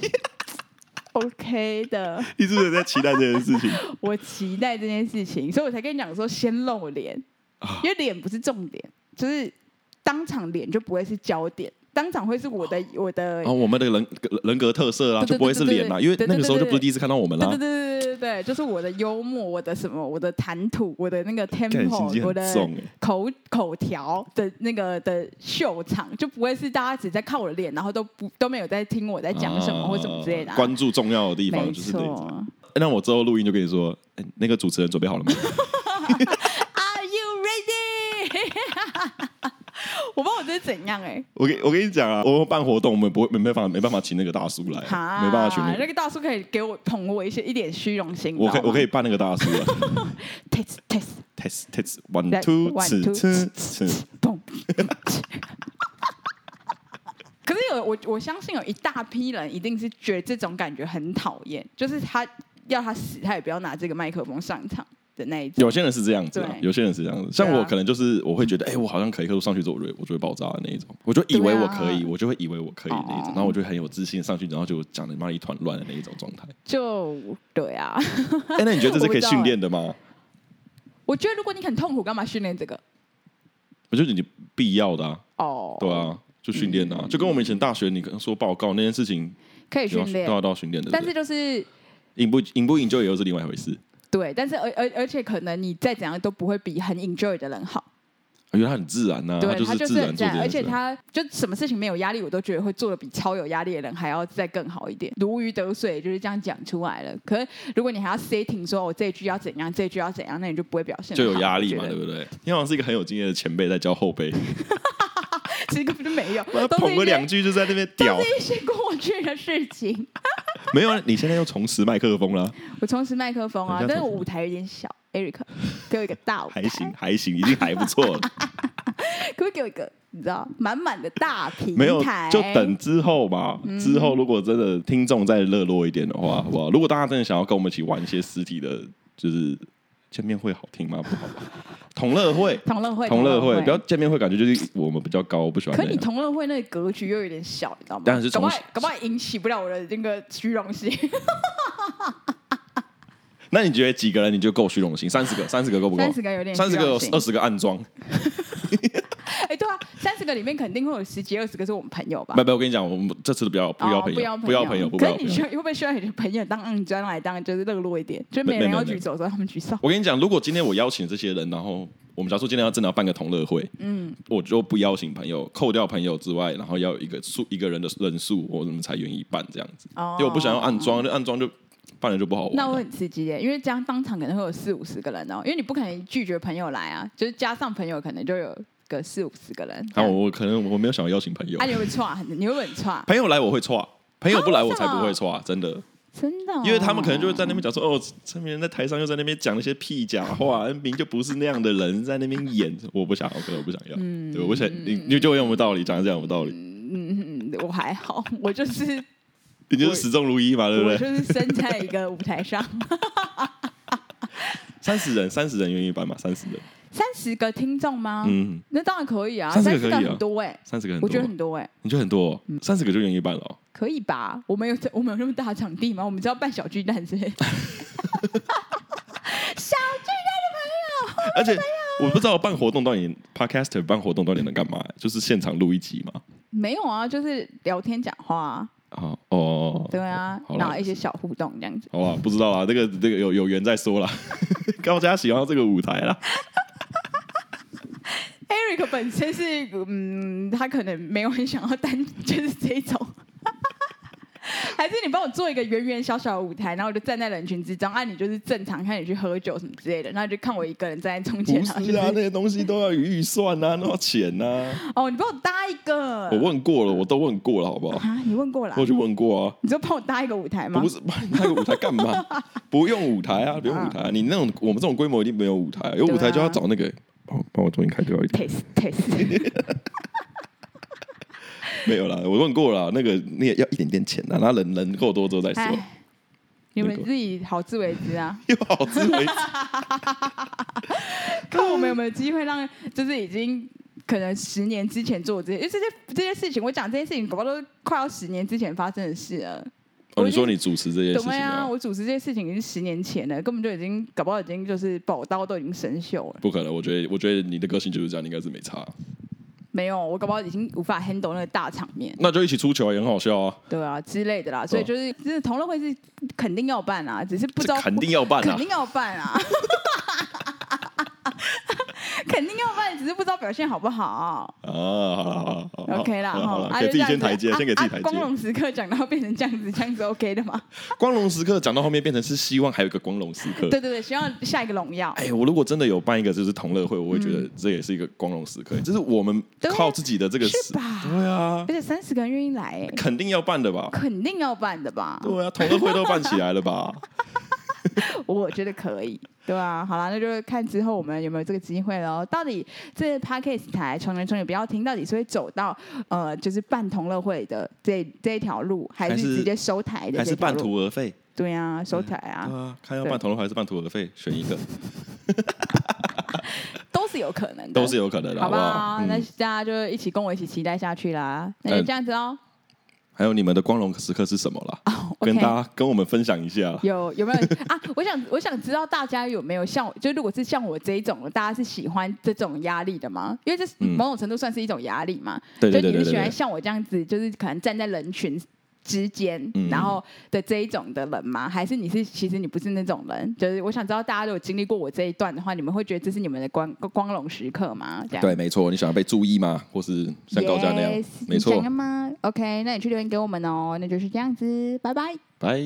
[SPEAKER 2] OK 的，
[SPEAKER 4] 你是不是在期待这件事情？
[SPEAKER 2] 我期待这件事情，所以我才跟你讲说先露脸，
[SPEAKER 1] 啊
[SPEAKER 2] 因为脸不是重点，就是当场脸就不会是焦点，当场会是我的我的
[SPEAKER 1] 啊然后我们的人人格特色啊，
[SPEAKER 2] 对对
[SPEAKER 1] 就不会是脸啦，
[SPEAKER 2] 对对对
[SPEAKER 1] 因为那个时候就不是第一次看到我们
[SPEAKER 2] 对
[SPEAKER 1] 啦
[SPEAKER 2] 对对。对对对对，就是我的幽默，我的什么，我的谈吐，我的那个
[SPEAKER 1] 干心机
[SPEAKER 2] tempo，我
[SPEAKER 1] 很
[SPEAKER 2] 的
[SPEAKER 1] 重哎，
[SPEAKER 2] 口口条的那个的秀场，就不会是大家只在看我的脸，然后都不都没有在听我在讲什么
[SPEAKER 1] 啊
[SPEAKER 2] 或什么之类的啊、
[SPEAKER 1] 关注重要的地方
[SPEAKER 2] 没
[SPEAKER 1] 就是这样。
[SPEAKER 2] 错。
[SPEAKER 1] 那我之后录音就跟你说，哎那个主持人准备 好了吗？
[SPEAKER 2] Are you ready？我不知道我这是怎样哎、
[SPEAKER 1] 我跟我跟你讲啊，我们办活动，我们不会没办法没办法请那个大叔来，啊
[SPEAKER 2] 欸，
[SPEAKER 1] 没办法请那
[SPEAKER 2] 那
[SPEAKER 1] 个，
[SPEAKER 2] 个大叔可以给我捧我一些一点虚荣心，
[SPEAKER 1] 我可以我可
[SPEAKER 2] 以
[SPEAKER 1] 以扮那个大叔啊。
[SPEAKER 2] test test
[SPEAKER 1] test test one
[SPEAKER 2] That-
[SPEAKER 1] two
[SPEAKER 2] one,
[SPEAKER 1] 吃
[SPEAKER 2] two
[SPEAKER 1] 吃吃，
[SPEAKER 2] 砰。 可是有我，我相信有一大批人一定是觉得这种感觉很讨厌，就是他要他死，他也不要拿这个麦克风上场的那一种。
[SPEAKER 1] 有些人是这样子啊，
[SPEAKER 2] 对
[SPEAKER 1] 有些人是这样子。
[SPEAKER 2] 对啊
[SPEAKER 1] 像我可能就是我会觉得，哎，我好像可以，可是我上去之后我就会我就会爆炸的那一种，我就以为我可以，
[SPEAKER 2] 对啊
[SPEAKER 1] 我就会以为我可以那一种
[SPEAKER 2] 哦，
[SPEAKER 1] 然后我就很有自信上去，然后就讲的妈一团乱的那一种状 态。
[SPEAKER 2] 就对啊，
[SPEAKER 1] 哎，那你觉得这是可
[SPEAKER 2] 我不
[SPEAKER 1] 以
[SPEAKER 2] 知道欸
[SPEAKER 1] 训练的吗？
[SPEAKER 2] 我觉得如果你很痛苦，干嘛训练这个？
[SPEAKER 1] 我觉得你必要的啊，
[SPEAKER 2] 哦，
[SPEAKER 1] 对，啊，就训练啊，就跟我们以前大学你可能说报告那件事情，
[SPEAKER 2] 可以
[SPEAKER 1] 就要
[SPEAKER 2] 训练
[SPEAKER 1] 都，要都要训练的。
[SPEAKER 2] 但是
[SPEAKER 1] 对
[SPEAKER 2] 就是
[SPEAKER 1] 赢不赢不赢就又是另外一回事。
[SPEAKER 2] 对，但是而而而且可能你再怎样都不会比很 enjoy 的人好。
[SPEAKER 1] 因为哦他很自然呐，
[SPEAKER 2] 对，
[SPEAKER 1] 就
[SPEAKER 2] 他
[SPEAKER 1] 是
[SPEAKER 2] 就
[SPEAKER 1] 自
[SPEAKER 2] 是
[SPEAKER 1] 然
[SPEAKER 2] 很
[SPEAKER 1] 做
[SPEAKER 2] 赞，
[SPEAKER 1] 这
[SPEAKER 2] 而
[SPEAKER 1] 件事
[SPEAKER 2] 且
[SPEAKER 1] 啊。
[SPEAKER 2] 他就什么事情没有压力，我都觉得会做的比超有压力的人还要再更好一点，如鱼得水就是这样讲出来了。可是如果你还要 setting 说我这一句要怎样，这一句要怎样，那你就不会表现得
[SPEAKER 1] 就
[SPEAKER 2] 好
[SPEAKER 1] 有压力嘛，
[SPEAKER 2] 我觉
[SPEAKER 1] 对不
[SPEAKER 2] 得
[SPEAKER 1] 对？你好像是一个很有经验的前辈在教后 辈，
[SPEAKER 2] 其实根本就没有，
[SPEAKER 1] 妈
[SPEAKER 2] 都
[SPEAKER 1] 捧
[SPEAKER 2] 是
[SPEAKER 1] 个
[SPEAKER 2] 一
[SPEAKER 1] 两
[SPEAKER 2] 些
[SPEAKER 1] 句就在那边屌
[SPEAKER 2] 都， 是一些过去的事情。
[SPEAKER 1] 没有啊？你现在又重拾麦克风了，
[SPEAKER 2] 我重拾麦克风啊，
[SPEAKER 1] 人家
[SPEAKER 2] 但是
[SPEAKER 1] 重
[SPEAKER 2] 我
[SPEAKER 1] 拾
[SPEAKER 2] 舞台有点小，Eric 给我一个大舞台，
[SPEAKER 1] 还行，还行，已经还不错 了。
[SPEAKER 2] 可不可以给我一个你知道满满的大平台？嗯
[SPEAKER 1] 没有，就等之后吧。之后如果真的听众再热络一点的话，好不好？如果大家真的想要跟我们一起玩一些实体的，就是见面会好听吗？不 好吧，同乐会。
[SPEAKER 2] 同乐会，
[SPEAKER 1] 同乐
[SPEAKER 2] 会
[SPEAKER 1] 会，不要见面会，感觉就是我们比较高，我不喜欢
[SPEAKER 2] 可
[SPEAKER 1] 那
[SPEAKER 2] 你
[SPEAKER 1] 样。
[SPEAKER 2] 同乐会那个格局又有点小，你知道吗？
[SPEAKER 1] 当然是
[SPEAKER 2] 搞
[SPEAKER 1] 从
[SPEAKER 2] 不好搞不好引起不了我的那个虚荣心。
[SPEAKER 1] 那你觉得几个人你就够虚荣心？三十个，三十个够不够？
[SPEAKER 2] 30个有点虚
[SPEAKER 1] 三十
[SPEAKER 2] 荣心
[SPEAKER 1] 个有二十个暗装。
[SPEAKER 2] 哎、对啊，三十个里面肯定会有十几二十个是我们朋友吧？
[SPEAKER 1] 没没，我跟你讲，我们这次都不要不要
[SPEAKER 2] 哦
[SPEAKER 1] 朋
[SPEAKER 2] 不要
[SPEAKER 1] 友，不要朋友，不
[SPEAKER 2] 可
[SPEAKER 1] 要
[SPEAKER 2] 是
[SPEAKER 1] 朋
[SPEAKER 2] 你需
[SPEAKER 1] 友
[SPEAKER 2] 要。会不会需要你的朋友当硬砖来当，就是热络一点，就是
[SPEAKER 1] 没
[SPEAKER 2] 没人
[SPEAKER 1] 没
[SPEAKER 2] 要
[SPEAKER 1] 没
[SPEAKER 2] 举手的时候他们举 手。
[SPEAKER 1] 我跟你讲，如果今天我邀请这些人，然后我们假如说今天要真的要办个同乐会，嗯，我就不邀请朋友，扣掉朋友之外，然后要有一个数一个人的人数，我们才愿意办这样子。
[SPEAKER 2] 哦
[SPEAKER 1] 因为我不啊想要暗装，那暗装就办了就不好玩了。
[SPEAKER 2] 那我很刺激耶，因为这样当场可能会有四五十个人哦，因为你不可能拒绝朋友来啊，就是加上朋友可能就有个四五十个人。
[SPEAKER 1] 啊，我我可能我没有想要邀请朋友
[SPEAKER 2] 啊，，你会不会串，你会不会很串，
[SPEAKER 1] 朋友来我会错。朋友不来，
[SPEAKER 2] 啊
[SPEAKER 1] 我才不会
[SPEAKER 2] 为什
[SPEAKER 1] 错，真的，
[SPEAKER 2] 真的、哦，
[SPEAKER 1] 因为他们可能就会在那边讲说，哦，这边人在台上又在那边讲那些屁假话，明 明就不是那样的人，在那边演，我不想，我可能我不想要，对，我想你你就有没有道理，讲得这样有没有道理？
[SPEAKER 2] 嗯，我还好，我就是
[SPEAKER 1] 你就是始终如一嘛，对不对？
[SPEAKER 2] 我就是生在一个舞 台上，
[SPEAKER 1] 三十人，三十人愿意办吗？三十人，
[SPEAKER 2] 三十个听众吗？
[SPEAKER 1] 嗯，
[SPEAKER 2] 那当然可以啊，
[SPEAKER 1] 30个
[SPEAKER 2] 30
[SPEAKER 1] 可以啊
[SPEAKER 2] 很多哎、
[SPEAKER 1] 三十个很多，
[SPEAKER 2] 我觉得很多哎、
[SPEAKER 1] 你觉得很多哦，三十个就愿意办了哦。
[SPEAKER 2] 可以吧？我们有我们有那么大的场地吗？我们只要办小巨蛋 是不是小巨蛋的朋友，
[SPEAKER 1] 而且我不知道办活动到底，podcaster 办活动到底能干嘛？欸就是现场录一集嘛。
[SPEAKER 2] 没有啊，就是聊天讲话、啊，
[SPEAKER 1] 啊哦，
[SPEAKER 2] 对啊，
[SPEAKER 1] 好
[SPEAKER 2] 然
[SPEAKER 1] 啦
[SPEAKER 2] 后一些小互动这样子。
[SPEAKER 1] 好吧，不知道啦，这个这个有有缘再说啦。 高家喜欢这个舞台啦，
[SPEAKER 2] Eric 本身是嗯，他可能没有很想要单， 就是这种。 还是你帮我做一个圆圆小小的舞台，然后我就站在人群之中，啊，你就是正常看你去喝酒什么之类的，然后就看我一个人站在中间，
[SPEAKER 1] 不
[SPEAKER 2] 然后
[SPEAKER 1] 是
[SPEAKER 2] 就是、
[SPEAKER 1] 啊，那些东西都要有预算呐、啊，都要钱呐、 啊。
[SPEAKER 2] 哦，你帮我搭一个，
[SPEAKER 1] 我问过了，我都问过了，好不 好？
[SPEAKER 2] 啊，你问过了啊，
[SPEAKER 1] 我去问过啊。
[SPEAKER 2] 你就帮我搭一个舞台吗？
[SPEAKER 1] 不是，那个舞台干嘛？不用舞台啊，不用舞台、啊。你那种我们这种规模一定没有舞台、有舞台就要找那个，帮我帮我重新开掉一点。
[SPEAKER 2] test test，
[SPEAKER 1] 没有啦，我问过了，那个那个要一点点钱啊，那人人够多之后再说，
[SPEAKER 2] 哎，你们自己好自为之啊！
[SPEAKER 1] 又好自为之。
[SPEAKER 2] 看我们有没有机会让，就是已经可能十年之前做这些，因为这些这些事情，我讲这些事情，搞不好都快要十年之前发生的事了。
[SPEAKER 1] 哦，
[SPEAKER 2] 我已
[SPEAKER 1] 你说
[SPEAKER 2] 经
[SPEAKER 1] 你主持这件事情
[SPEAKER 2] 对啊，
[SPEAKER 1] 啊？
[SPEAKER 2] 我主持这些事情已经十年前了，根本就已经搞不好已经就是宝刀都已经生锈了。
[SPEAKER 1] 不可能，我觉得，我觉得你的个性就是这样，你应该是没差。
[SPEAKER 2] 没有，我搞不好已经无法 handle 那个大场面，
[SPEAKER 1] 那就一起出球也很好笑啊，
[SPEAKER 2] 对啊之类的啦。所以就是，就是同乐会是肯定要办啊，只是不知
[SPEAKER 1] 这
[SPEAKER 2] 道
[SPEAKER 1] 肯定要办
[SPEAKER 2] 肯
[SPEAKER 1] 啊。
[SPEAKER 2] 定要办啊， 肯定要办，只是不知道表现好不好。
[SPEAKER 1] 啊，好了好了好了
[SPEAKER 2] OK 啦，
[SPEAKER 4] 好啦好啦
[SPEAKER 2] 哈，啊
[SPEAKER 4] 给自己
[SPEAKER 2] 就这样
[SPEAKER 4] 先台
[SPEAKER 2] 子
[SPEAKER 4] 阶
[SPEAKER 2] 啊
[SPEAKER 4] 先给自己
[SPEAKER 2] 啊
[SPEAKER 4] 台阶
[SPEAKER 2] 光荣时刻讲到变成这样子，这样子 OK 的 吗？
[SPEAKER 1] 光荣时刻讲到后面变成是希望还有一个光荣时刻。
[SPEAKER 2] 对对对，希望下一个荣耀。
[SPEAKER 1] 哎，我如果真的有办一个就是同乐会，我会觉得这也是一个光荣时刻，就是我们
[SPEAKER 2] 对啊
[SPEAKER 1] 靠自己的这个
[SPEAKER 2] 是
[SPEAKER 1] 时，
[SPEAKER 2] 吧
[SPEAKER 1] 对啊
[SPEAKER 2] 而，且三十个人愿意来、哎
[SPEAKER 1] 肯定要办的吧？
[SPEAKER 2] 肯定要办的吧？
[SPEAKER 1] 对啊，同乐会都办起来了吧？
[SPEAKER 2] 我觉得可以，对啊，好啦，那就是看之后我们有没有这个机会喽。到底这 podcast 台穷人穷语不要听，到底是会走到呃，就是办同乐会的这这一条路，还
[SPEAKER 1] 还
[SPEAKER 2] 是
[SPEAKER 1] 是
[SPEAKER 2] 直接收台的？
[SPEAKER 1] 还是半？途而废？
[SPEAKER 2] 对啊，收台啊，
[SPEAKER 4] 嗯
[SPEAKER 1] 啊，看要
[SPEAKER 2] 对
[SPEAKER 1] 办同乐会还是办途而废，选一个
[SPEAKER 2] 都是有可能的，
[SPEAKER 1] 都是有可能的，
[SPEAKER 2] 好
[SPEAKER 1] 好
[SPEAKER 2] 不
[SPEAKER 1] 不好
[SPEAKER 2] 好？？那
[SPEAKER 1] 嗯，
[SPEAKER 2] 大家就一起跟我一起期待下去啦。那就
[SPEAKER 1] 呃
[SPEAKER 2] 这样子哦。
[SPEAKER 1] 还有你们的光荣时刻是什么啦？
[SPEAKER 2] OK
[SPEAKER 1] 跟大家跟我们分享一下啦。
[SPEAKER 2] 有有没有啊？我想我想知道大家有没有像我，就如果是像我这一种，大家是喜欢这种压力的吗？因为这是
[SPEAKER 1] 嗯
[SPEAKER 2] 某种程度算是一种压力嘛。
[SPEAKER 1] 对对对
[SPEAKER 2] 就你
[SPEAKER 1] 对对
[SPEAKER 2] 是喜欢
[SPEAKER 1] 对。
[SPEAKER 2] 像我这样子，就是可能站在人群之间，
[SPEAKER 1] 嗯
[SPEAKER 2] 然后的这一种的人吗？还是你是其实你不是那种人？就是我想知道大家如果经历过我这一段的话，你们会觉得这是你们的光光荣时刻吗？这样。
[SPEAKER 1] 对，没错，你想要被注意吗？或是像高嘉那样
[SPEAKER 2] Yes，
[SPEAKER 1] 没
[SPEAKER 2] 你
[SPEAKER 1] 错
[SPEAKER 2] 想了，吗？OK，那你去留言给我们哦。那就是这样子，拜拜。
[SPEAKER 1] 拜。